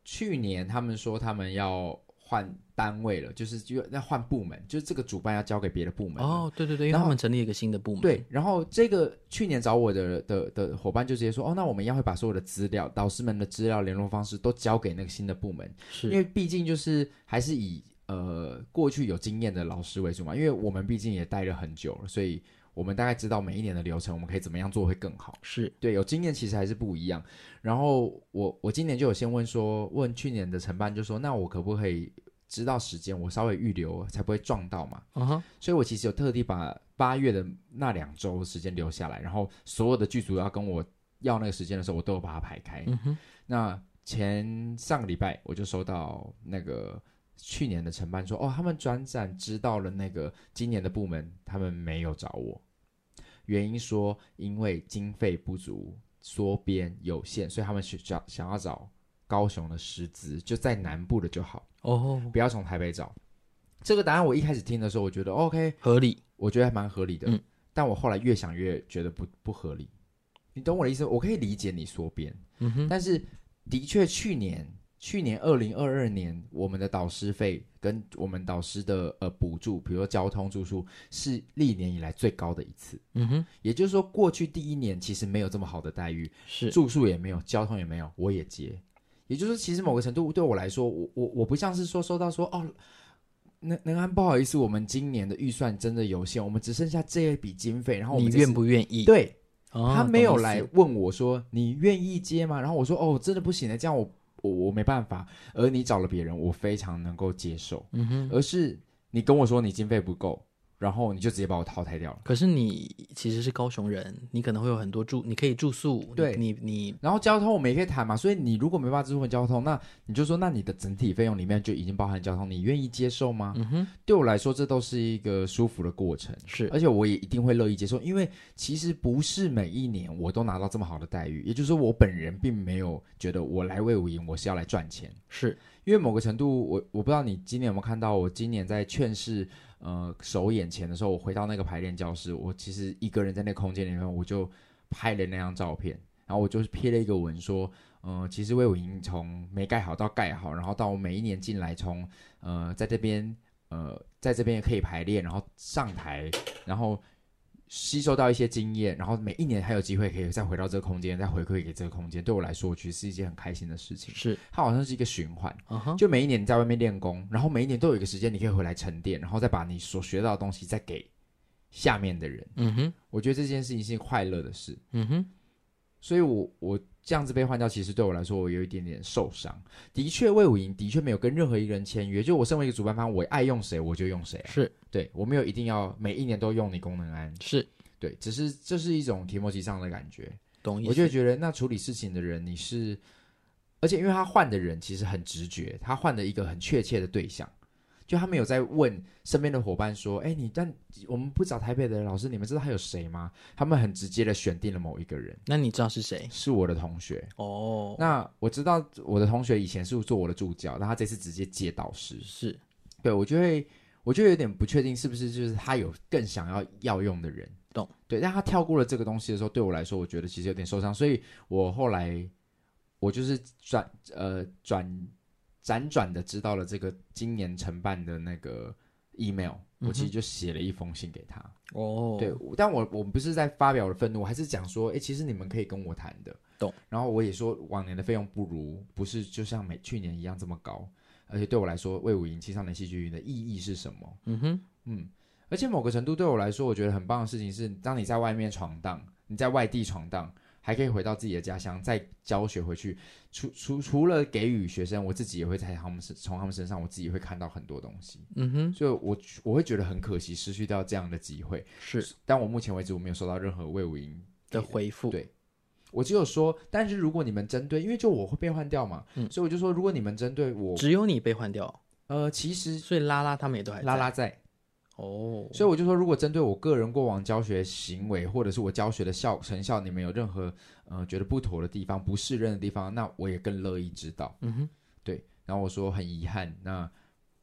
[SPEAKER 1] 去年他们说他们要换单位了，就是就要换部门，就是这个主办要交给别的部门了。
[SPEAKER 2] 哦，对对对，因为
[SPEAKER 1] 然
[SPEAKER 2] 他
[SPEAKER 1] 后
[SPEAKER 2] 们成立一个新的部门，
[SPEAKER 1] 对，然后这个去年找我的的的伙伴就直接说，哦，那我们一样会把所有的资料、导师们的资料、联络方式都交给那个新的部门，因
[SPEAKER 2] 是
[SPEAKER 1] 为毕竟就是还是以呃过去有经验的老师为主嘛，因为我们毕竟也待了很久了，所以我们大概知道每一年的流程，我们可以怎么样做会更好。
[SPEAKER 2] 是，
[SPEAKER 1] 对，有经验其实还是不一样。然后我我今年就有先问说，问去年的承办就说，那我可不可以知道时间，我稍微预留才不会撞到嘛。
[SPEAKER 2] 嗯哼，
[SPEAKER 1] 所以我其实有特地把八月的那两周时间留下来，然后所有的剧组要跟我要那个时间的时候，我都有把它排开。
[SPEAKER 2] 嗯哼，
[SPEAKER 1] 那前上个礼拜我就收到那个去年的承办说，哦，他们转展知道了那个今年的部门，他们没有找我，原因说因为经费不足，缩编有限，所以他们去找想要找高雄的师资，就在南部的就好，
[SPEAKER 2] 哦，
[SPEAKER 1] 不要从台北找。这个答案我一开始听的时候，我觉得哦 OK，
[SPEAKER 2] 合理，
[SPEAKER 1] 我觉得还蛮合理的。
[SPEAKER 2] 嗯
[SPEAKER 1] 但我后来越想越觉得不不合理，你懂我的意思吗？我可以理解你缩编，
[SPEAKER 2] 嗯哼，
[SPEAKER 1] 但是的确，去年去年二零二二年，我们的导师费跟我们导师的呃补助，比如说交通住宿，是历年以来最高的一次。
[SPEAKER 2] 嗯哼，
[SPEAKER 1] 也就是说，过去第一年其实没有这么好的待遇，
[SPEAKER 2] 是，
[SPEAKER 1] 住宿也没有，交通也没有，我也接。也就是说，其实某个程度对我来说，我我我不像是说收到说哦，能能安不好意思，我们今年的预算真的有限，我们只剩下这一笔经费，然后我
[SPEAKER 2] 你
[SPEAKER 1] 们这
[SPEAKER 2] 愿
[SPEAKER 1] 次
[SPEAKER 2] 不愿意？
[SPEAKER 1] 对
[SPEAKER 2] 哦，
[SPEAKER 1] 他没有
[SPEAKER 2] 懂意思
[SPEAKER 1] 来，问我说你愿意接吗？然后我说哦，真的不行的，这样我我我没办法。而你找了别人，我非常能够接受，
[SPEAKER 2] 嗯哼。
[SPEAKER 1] 而是你跟我说你经费不够，然后你就直接把我淘汰掉了。
[SPEAKER 2] 可是你其实是高雄人，你可能会有很多住，你可以住宿，
[SPEAKER 1] 对
[SPEAKER 2] 你你
[SPEAKER 1] 然后交通我们也可以谈嘛，所以你如果没办法支付交通，那你就说那你的整体费用里面就已经包含交通，你愿意接受吗？
[SPEAKER 2] 嗯哼，
[SPEAKER 1] 对我来说，这都是一个舒服的过程。
[SPEAKER 2] 是
[SPEAKER 1] 而且我也一定会乐意接受，因为其实不是每一年我都拿到这么好的待遇，也就是说，我本人并没有觉得我来魏武营我是要来赚钱，
[SPEAKER 2] 是，
[SPEAKER 1] 因为某个程度，我我不知道你今年有没有看到，我今年在劝世呃首演前的时候，我回到那个排练教室，我其实一个人在那个空间里面，我就拍了那张照片，然后我就是贴了一个文说，呃，其实魏武营从没盖好到盖好，然后到我每一年进来从，呃在这边呃在这边也可以排练，然后上台，然后。吸收到一些经验，然后每一年还有机会可以再回到这个空间，再回馈给这个空间。对我来说，我觉得是一件很开心的事情。
[SPEAKER 2] 是，
[SPEAKER 1] 它好像是一个循环，
[SPEAKER 2] 啊哈，
[SPEAKER 1] 呃就每一年你在外面练功，然后每一年都有一个时间你可以回来沉淀，然后再把你所学到的东西再给下面的人。
[SPEAKER 2] 嗯哼，
[SPEAKER 1] 我觉得这件事情是快乐的事，
[SPEAKER 2] 嗯哼，
[SPEAKER 1] 所以我我这样子被换掉，其实对我来说我有一点点受伤。的确，魏武营的确没有跟任何一个人签约，就我身为一个主办方，我爱用谁我就用谁啊、
[SPEAKER 2] 是
[SPEAKER 1] 对我没有一定要每一年都用你功能安，
[SPEAKER 2] 是，
[SPEAKER 1] 对，只是这是一种提莫吉上的感觉。
[SPEAKER 2] 懂意思。
[SPEAKER 1] 我就会觉得那处理事情的人，你是，而且因为他换的人其实很直觉，他换了一个很确切的对象，就他没有在问身边的伙伴说：“哎，你但我们不找台北的人老师，你们知道他有谁吗？”他们很直接的选定了某一个人，
[SPEAKER 2] 那你知道是谁？
[SPEAKER 1] 是我的同学。
[SPEAKER 2] 哦，
[SPEAKER 1] 那我知道我的同学以前是做我的助教，那他这次直接接导师，
[SPEAKER 2] 是
[SPEAKER 1] 对我就会，我就有点不确定是不是就是他有更想要要用的人，
[SPEAKER 2] 懂？
[SPEAKER 1] 对，但他跳过了这个东西的时候，对我来说，我觉得其实有点受伤，所以我后来我就是转呃转辗转的知道了这个今年承办的那个 email，我其
[SPEAKER 2] 嗯
[SPEAKER 1] 实
[SPEAKER 2] 哼
[SPEAKER 1] 就写了一封信给他，
[SPEAKER 2] 哦，
[SPEAKER 1] 对，我但我我不是在发表我的愤怒，我还是讲说，哎、其实你们可以跟我谈的，
[SPEAKER 2] 懂。
[SPEAKER 1] 然后我也说，往年的费用不如不是就像每去年一样这么高，而且对我来说，魏武营青少年戏剧营的意义是什么？
[SPEAKER 2] 嗯哼，
[SPEAKER 1] 嗯，而且某个程度对我来说，我觉得很棒的事情是，当你在外面闯荡，你在外地闯荡，还可以回到自己的家乡再教学回去。除除除了给予学生，我自己也会在他们身从他们身上，我自己会看到很多东西。
[SPEAKER 2] 嗯哼，
[SPEAKER 1] 所以我我会觉得很可惜，失去掉这样的机会。
[SPEAKER 2] 是
[SPEAKER 1] 但我目前为止我没有收到任何魏武营
[SPEAKER 2] 的
[SPEAKER 1] 给
[SPEAKER 2] 回复。
[SPEAKER 1] 对我只有说，但是如果你们针对，因为就我会被换掉嘛，
[SPEAKER 2] 嗯
[SPEAKER 1] 所以我就说，如果你们针对我，
[SPEAKER 2] 只有你被换掉，
[SPEAKER 1] 呃，其实
[SPEAKER 2] 所以拉拉他们也都还在
[SPEAKER 1] 拉拉在，
[SPEAKER 2] 哦，
[SPEAKER 1] 所以我就说，如果针对我个人过往教学行为，或者是我教学的效成效，你们有任何呃觉得不妥的地方、不适任的地方，那我也更乐意知道。
[SPEAKER 2] 嗯哼，
[SPEAKER 1] 对，然后我说很遗憾，那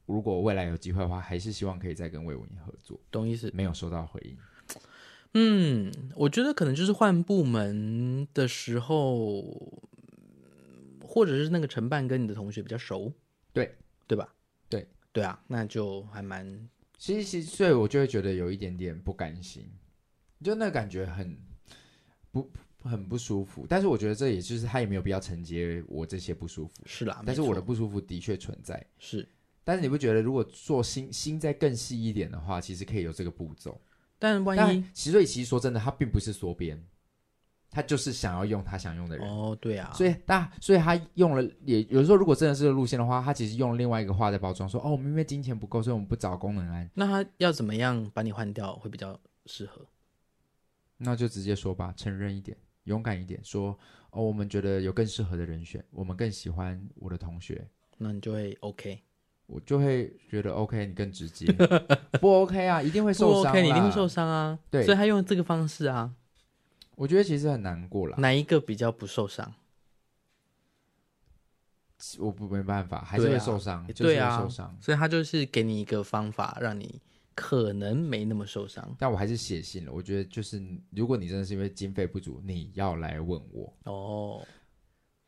[SPEAKER 1] 如果未来有机会的话，还是希望可以再跟魏文英合作。
[SPEAKER 2] 懂意思。
[SPEAKER 1] 没有收到回应，
[SPEAKER 2] 嗯，我觉得可能就是换部门的时候，嗯或者是那个承办跟你的同学比较熟，
[SPEAKER 1] 对
[SPEAKER 2] 对吧？
[SPEAKER 1] 对
[SPEAKER 2] 对啊，那就还蛮
[SPEAKER 1] 其实其实所以我就会觉得有一点点不甘心，就那感觉很不很不舒服。但是我觉得这也就是他也没有必要承接我这些不舒服，
[SPEAKER 2] 是啦。
[SPEAKER 1] 但是
[SPEAKER 2] 啊没
[SPEAKER 1] 我
[SPEAKER 2] 错
[SPEAKER 1] 的不舒服的确存在。
[SPEAKER 2] 是，
[SPEAKER 1] 但是你不觉得，如果做心心再更细一点的话，其实可以有这个步骤。
[SPEAKER 2] 但万一
[SPEAKER 1] 但其实所以其实说真的，它并不是缩编，他就是想要用他想用的人。
[SPEAKER 2] 哦，对啊，
[SPEAKER 1] 所以大，所以他用了，也有时候如果真的是这个路线的话，他其实用另外一个话在包装，说哦，我们因为金钱不够，所以我们不找功能安，
[SPEAKER 2] 那他要怎么样把你换掉会比较适合？
[SPEAKER 1] 那就直接说吧，承认一点，勇敢一点，说哦，我们觉得有更适合的人选，我们更喜欢我的同学，
[SPEAKER 2] 那你就会 OK，
[SPEAKER 1] 我就会觉得 OK，你更直接，不 OK 啊，一定会
[SPEAKER 2] 不
[SPEAKER 1] 受伤
[SPEAKER 2] OK 你一定会
[SPEAKER 1] 啦
[SPEAKER 2] 受伤啊。
[SPEAKER 1] 对
[SPEAKER 2] 所以他用这个方式啊，
[SPEAKER 1] 我觉得其实很难过啦，
[SPEAKER 2] 哪一个比较不受伤？
[SPEAKER 1] 我不没办法，还是
[SPEAKER 2] 对
[SPEAKER 1] 会
[SPEAKER 2] 啊
[SPEAKER 1] 受伤，就是
[SPEAKER 2] 对
[SPEAKER 1] 会
[SPEAKER 2] 啊
[SPEAKER 1] 受伤。
[SPEAKER 2] 所以他就是给你一个方法，让你可能没那么受伤
[SPEAKER 1] 但我还是写信了。我觉得就是，如果你真的是因为经费不足，你要来问我，
[SPEAKER 2] 哦。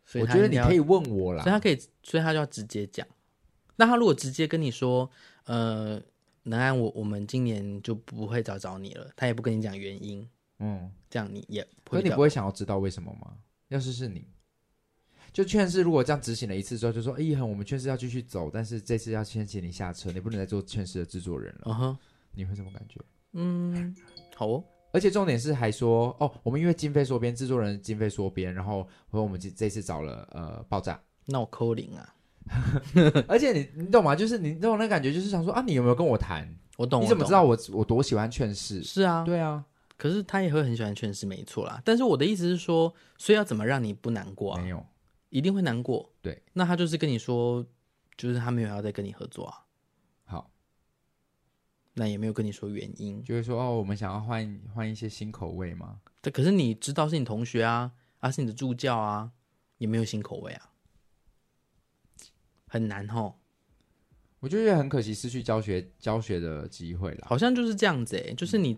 [SPEAKER 2] 所以
[SPEAKER 1] 我
[SPEAKER 2] 他
[SPEAKER 1] 觉得
[SPEAKER 2] 应
[SPEAKER 1] 你
[SPEAKER 2] 该要
[SPEAKER 1] 可以问我啦
[SPEAKER 2] 所以。他可以，所以他就要直接讲。那他如果直接跟你说，呃，能安，我我们今年就不会找找你了，他也不跟你讲原因，
[SPEAKER 1] 嗯，
[SPEAKER 2] 这样你也
[SPEAKER 1] 可
[SPEAKER 2] 会
[SPEAKER 1] 是
[SPEAKER 2] 比
[SPEAKER 1] 你
[SPEAKER 2] 较
[SPEAKER 1] 不会想要知道为什么吗？要是是你，就劝世如果这样执行了一次之后，就说：“哎，一恒，我们劝世要继续走，但是这次要先请你下车，你不能再做劝世的制作人了。
[SPEAKER 2] 嗯哼，
[SPEAKER 1] 你会什么感觉？
[SPEAKER 2] 嗯，好哦，
[SPEAKER 1] 而且重点是还说哦，我们因为经费缩编，制作人经费缩编，然后和我们这这次找了呃爆炸，
[SPEAKER 2] 那我扣零啊，
[SPEAKER 1] 而且你你懂吗？就是你懂那感觉，就是想说啊，你有没有跟我谈？
[SPEAKER 2] 我懂，
[SPEAKER 1] 你
[SPEAKER 2] 我
[SPEAKER 1] 怎么知
[SPEAKER 2] 懂？
[SPEAKER 1] 道我我多喜欢劝世？
[SPEAKER 2] 是啊，
[SPEAKER 1] 对啊，
[SPEAKER 2] 可是他也会很喜欢劝世，没错啦。但是我的意思是说，所以要怎么让你不难过啊
[SPEAKER 1] 没？有，
[SPEAKER 2] 一定会难过。
[SPEAKER 1] 对，
[SPEAKER 2] 那他就是跟你说，就是他没有要再跟你合作啊，
[SPEAKER 1] 好，
[SPEAKER 2] 那也没有跟你说原因。
[SPEAKER 1] 就会说哦，我们想要换换一些新口味嘛。
[SPEAKER 2] 但可是你知道是你同学啊，啊是你的助教啊，也没有新口味啊，很难吼。
[SPEAKER 1] 我就觉得很可惜，失去教学教学的机会啦。
[SPEAKER 2] 好像就是这样子诶、就是你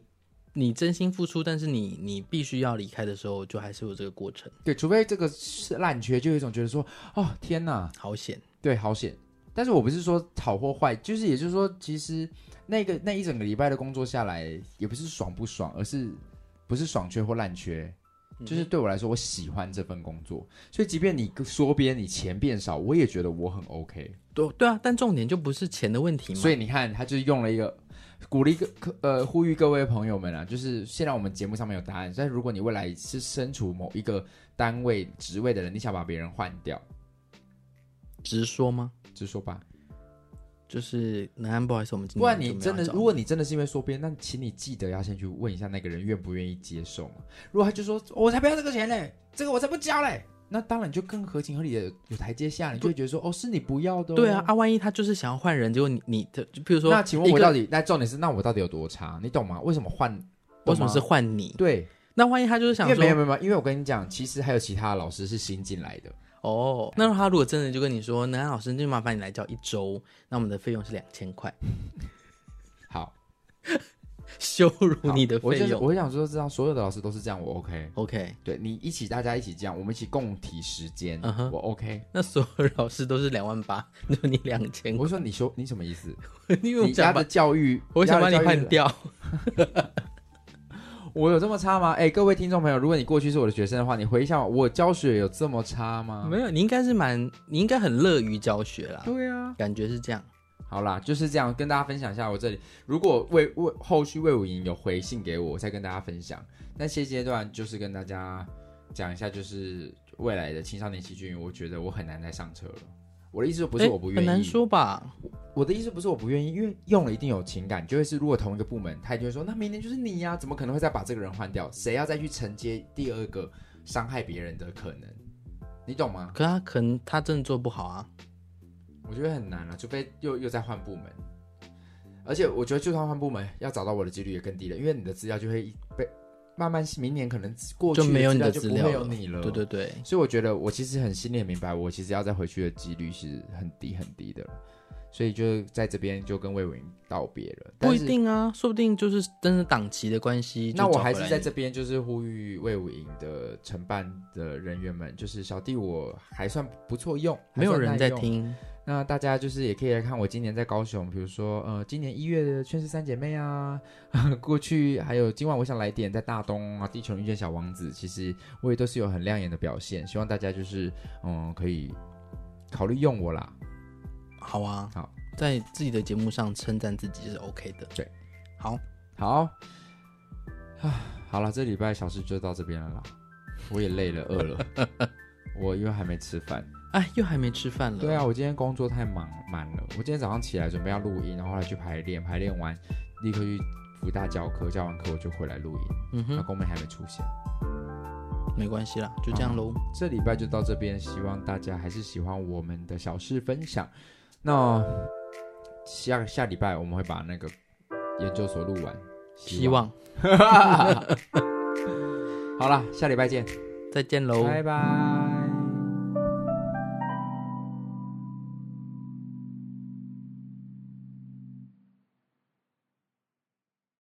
[SPEAKER 2] 你真心付出，但是你你必须要离开的时候，就还是有这个过程，
[SPEAKER 1] 对，除非这个是烂缺，就有一种觉得说，哦天哪，
[SPEAKER 2] 好险。
[SPEAKER 1] 对，好险。但是我不是说好或坏，就是也就是说，其实那个那一整个礼拜的工作下来，也不是爽不爽，而是不是爽缺或烂缺，
[SPEAKER 2] 嗯
[SPEAKER 1] 就是对我来说，我喜欢这份工作。所以即便你说边你钱变少，我也觉得我很 OK。
[SPEAKER 2] 对对啊，但重点就不是钱的问题嘛。
[SPEAKER 1] 所
[SPEAKER 2] 以
[SPEAKER 1] 以你看，他就是用了一个鼓励各呃呼吁各位朋友们啊，就是现在我们节目上面有答案，但是如果你未来是身处某一个单位职位的人，你想把别人换掉，
[SPEAKER 2] 直说吗？
[SPEAKER 1] 直说吧。
[SPEAKER 2] 就是南安，不好意思，我们今天
[SPEAKER 1] 不然你
[SPEAKER 2] 嗯就没有
[SPEAKER 1] 真的
[SPEAKER 2] 要，找
[SPEAKER 1] 如果你真的是因为缩编，那请你记得要先去问一下那个人愿不愿意接受嘛。如果他就说、哦我才不要这个钱嘞，这个我才不交嘞，那当然你就更合情合理的有台阶下，你就会觉得说哦，是你不要的、
[SPEAKER 2] 对啊，，啊，万一他就是想要换人，结果你你的，就比如说，
[SPEAKER 1] 那请问
[SPEAKER 2] 一
[SPEAKER 1] 我
[SPEAKER 2] 个
[SPEAKER 1] 到底？那重点是，那我到底有多差？你懂吗？为什么换？
[SPEAKER 2] 为什么是
[SPEAKER 1] 懂吗
[SPEAKER 2] 换你？
[SPEAKER 1] 对？
[SPEAKER 2] 那万一他就是想
[SPEAKER 1] 因为
[SPEAKER 2] 说
[SPEAKER 1] 没有没有没有，因为我跟你讲，其实还有其他老师是新进来的，
[SPEAKER 2] 哦，那他如果真的就跟你说，南安老师，就麻烦你来教一周，那我们的费用是两千块，
[SPEAKER 1] 好，
[SPEAKER 2] 羞辱
[SPEAKER 1] 好
[SPEAKER 2] 你的
[SPEAKER 1] 我就
[SPEAKER 2] 费
[SPEAKER 1] 是
[SPEAKER 2] 用。
[SPEAKER 1] 我想说，知道所有的老师都是这样，我 OK。
[SPEAKER 2] OK，
[SPEAKER 1] 对你一起，大家一起这样，我们一起共体时间
[SPEAKER 2] 嗯哼
[SPEAKER 1] 我 OK。
[SPEAKER 2] 那所有老师都是两万八，那你两千块，
[SPEAKER 1] 我说你说你什么意思？
[SPEAKER 2] 因为我
[SPEAKER 1] 你家
[SPEAKER 2] 想把
[SPEAKER 1] 的，教育，
[SPEAKER 2] 我想把
[SPEAKER 1] 家的
[SPEAKER 2] 你
[SPEAKER 1] 教育
[SPEAKER 2] 换，掉。
[SPEAKER 1] 我有这么差吗？哎，各位听众朋友，如果你过去是我的学生的话，你回想我教学有这么差吗？
[SPEAKER 2] 没有，你应该是蛮，你应该很乐于教学啦，
[SPEAKER 1] 对啊，
[SPEAKER 2] 感觉是这样。
[SPEAKER 1] 好啦，就是这样跟大家分享一下我这里。如果魏魏后续魏武营有回信给我，我再跟大家分享。但现阶段就是跟大家讲一下，就是未来的青少年戏剧，我觉得我很难再上车了。我的意思不是
[SPEAKER 2] 诶
[SPEAKER 1] 我不
[SPEAKER 2] 很
[SPEAKER 1] 愿意，
[SPEAKER 2] 难说吧？
[SPEAKER 1] 我的意思不是我不愿意，因为用了一定有情感，就会是如果同一个部门，他就会说，那明年就是你啊呀、怎么可能会再把这个人换掉？谁要再去承接第二个伤害别人的可能？你懂吗？
[SPEAKER 2] 可他可能他真的做不好啊。
[SPEAKER 1] 我觉得很难了、啊除非又又再换部门。而且我觉得，就算换部门，要找到我的几率也更低了，因为你的资料就会被慢慢明年可能过去
[SPEAKER 2] 就没有你的
[SPEAKER 1] 的资料就不会
[SPEAKER 2] 资料
[SPEAKER 1] 有你了。
[SPEAKER 2] 对对对，
[SPEAKER 1] 所以我觉得我其实很心里很明白，我其实要再回去的几率是很低很低的了。所以就在这边就跟魏文道别了。
[SPEAKER 2] 不
[SPEAKER 1] 但
[SPEAKER 2] 一
[SPEAKER 1] 是
[SPEAKER 2] 定啊，说不定就是真的档期的关系。
[SPEAKER 1] 那
[SPEAKER 2] 就
[SPEAKER 1] 我
[SPEAKER 2] 找
[SPEAKER 1] 还
[SPEAKER 2] 回
[SPEAKER 1] 是
[SPEAKER 2] 来
[SPEAKER 1] 在
[SPEAKER 2] 你
[SPEAKER 1] 这边，就是呼吁魏武营的承办的人员们，就是小弟我还算不错用，
[SPEAKER 2] 没有
[SPEAKER 1] 还算
[SPEAKER 2] 人
[SPEAKER 1] 耐
[SPEAKER 2] 在
[SPEAKER 1] 用。
[SPEAKER 2] 听，
[SPEAKER 1] 那大家就是也可以来看我今年在高雄，比如说呃，今年一月的《劝世三姐妹》啊， 过去还有今晚我想来点在大东啊，《地球人遇见小王子》，其实我也都是有很亮眼的表现，希望大家就是嗯可以考虑用我啦。
[SPEAKER 2] 好啊，
[SPEAKER 1] 好，
[SPEAKER 2] 在自己的节目上称赞自己是 OK 的。
[SPEAKER 1] 对，
[SPEAKER 2] 好，
[SPEAKER 1] 好，啊，好了，这礼拜小事就到这边了啦。我也累了，饿了，我又还没吃饭。
[SPEAKER 2] 哎，又还没吃饭了。
[SPEAKER 1] 对啊，，我今天工作太忙满了。我今天早上起来准备要录音，然后后来去排练，排练完立刻去福大教课，教完课我就回来录音。
[SPEAKER 2] 嗯
[SPEAKER 1] 那
[SPEAKER 2] 哼，
[SPEAKER 1] 公妹还没出现，
[SPEAKER 2] 没关系啦，就这样喽。
[SPEAKER 1] 这礼拜就到这边，希望大家还是喜欢我们的小事分享。那下下礼拜我们会把那个研究所录完，
[SPEAKER 2] 希望
[SPEAKER 1] 希望好了，下礼拜见，
[SPEAKER 2] 再见喽，
[SPEAKER 1] 拜拜。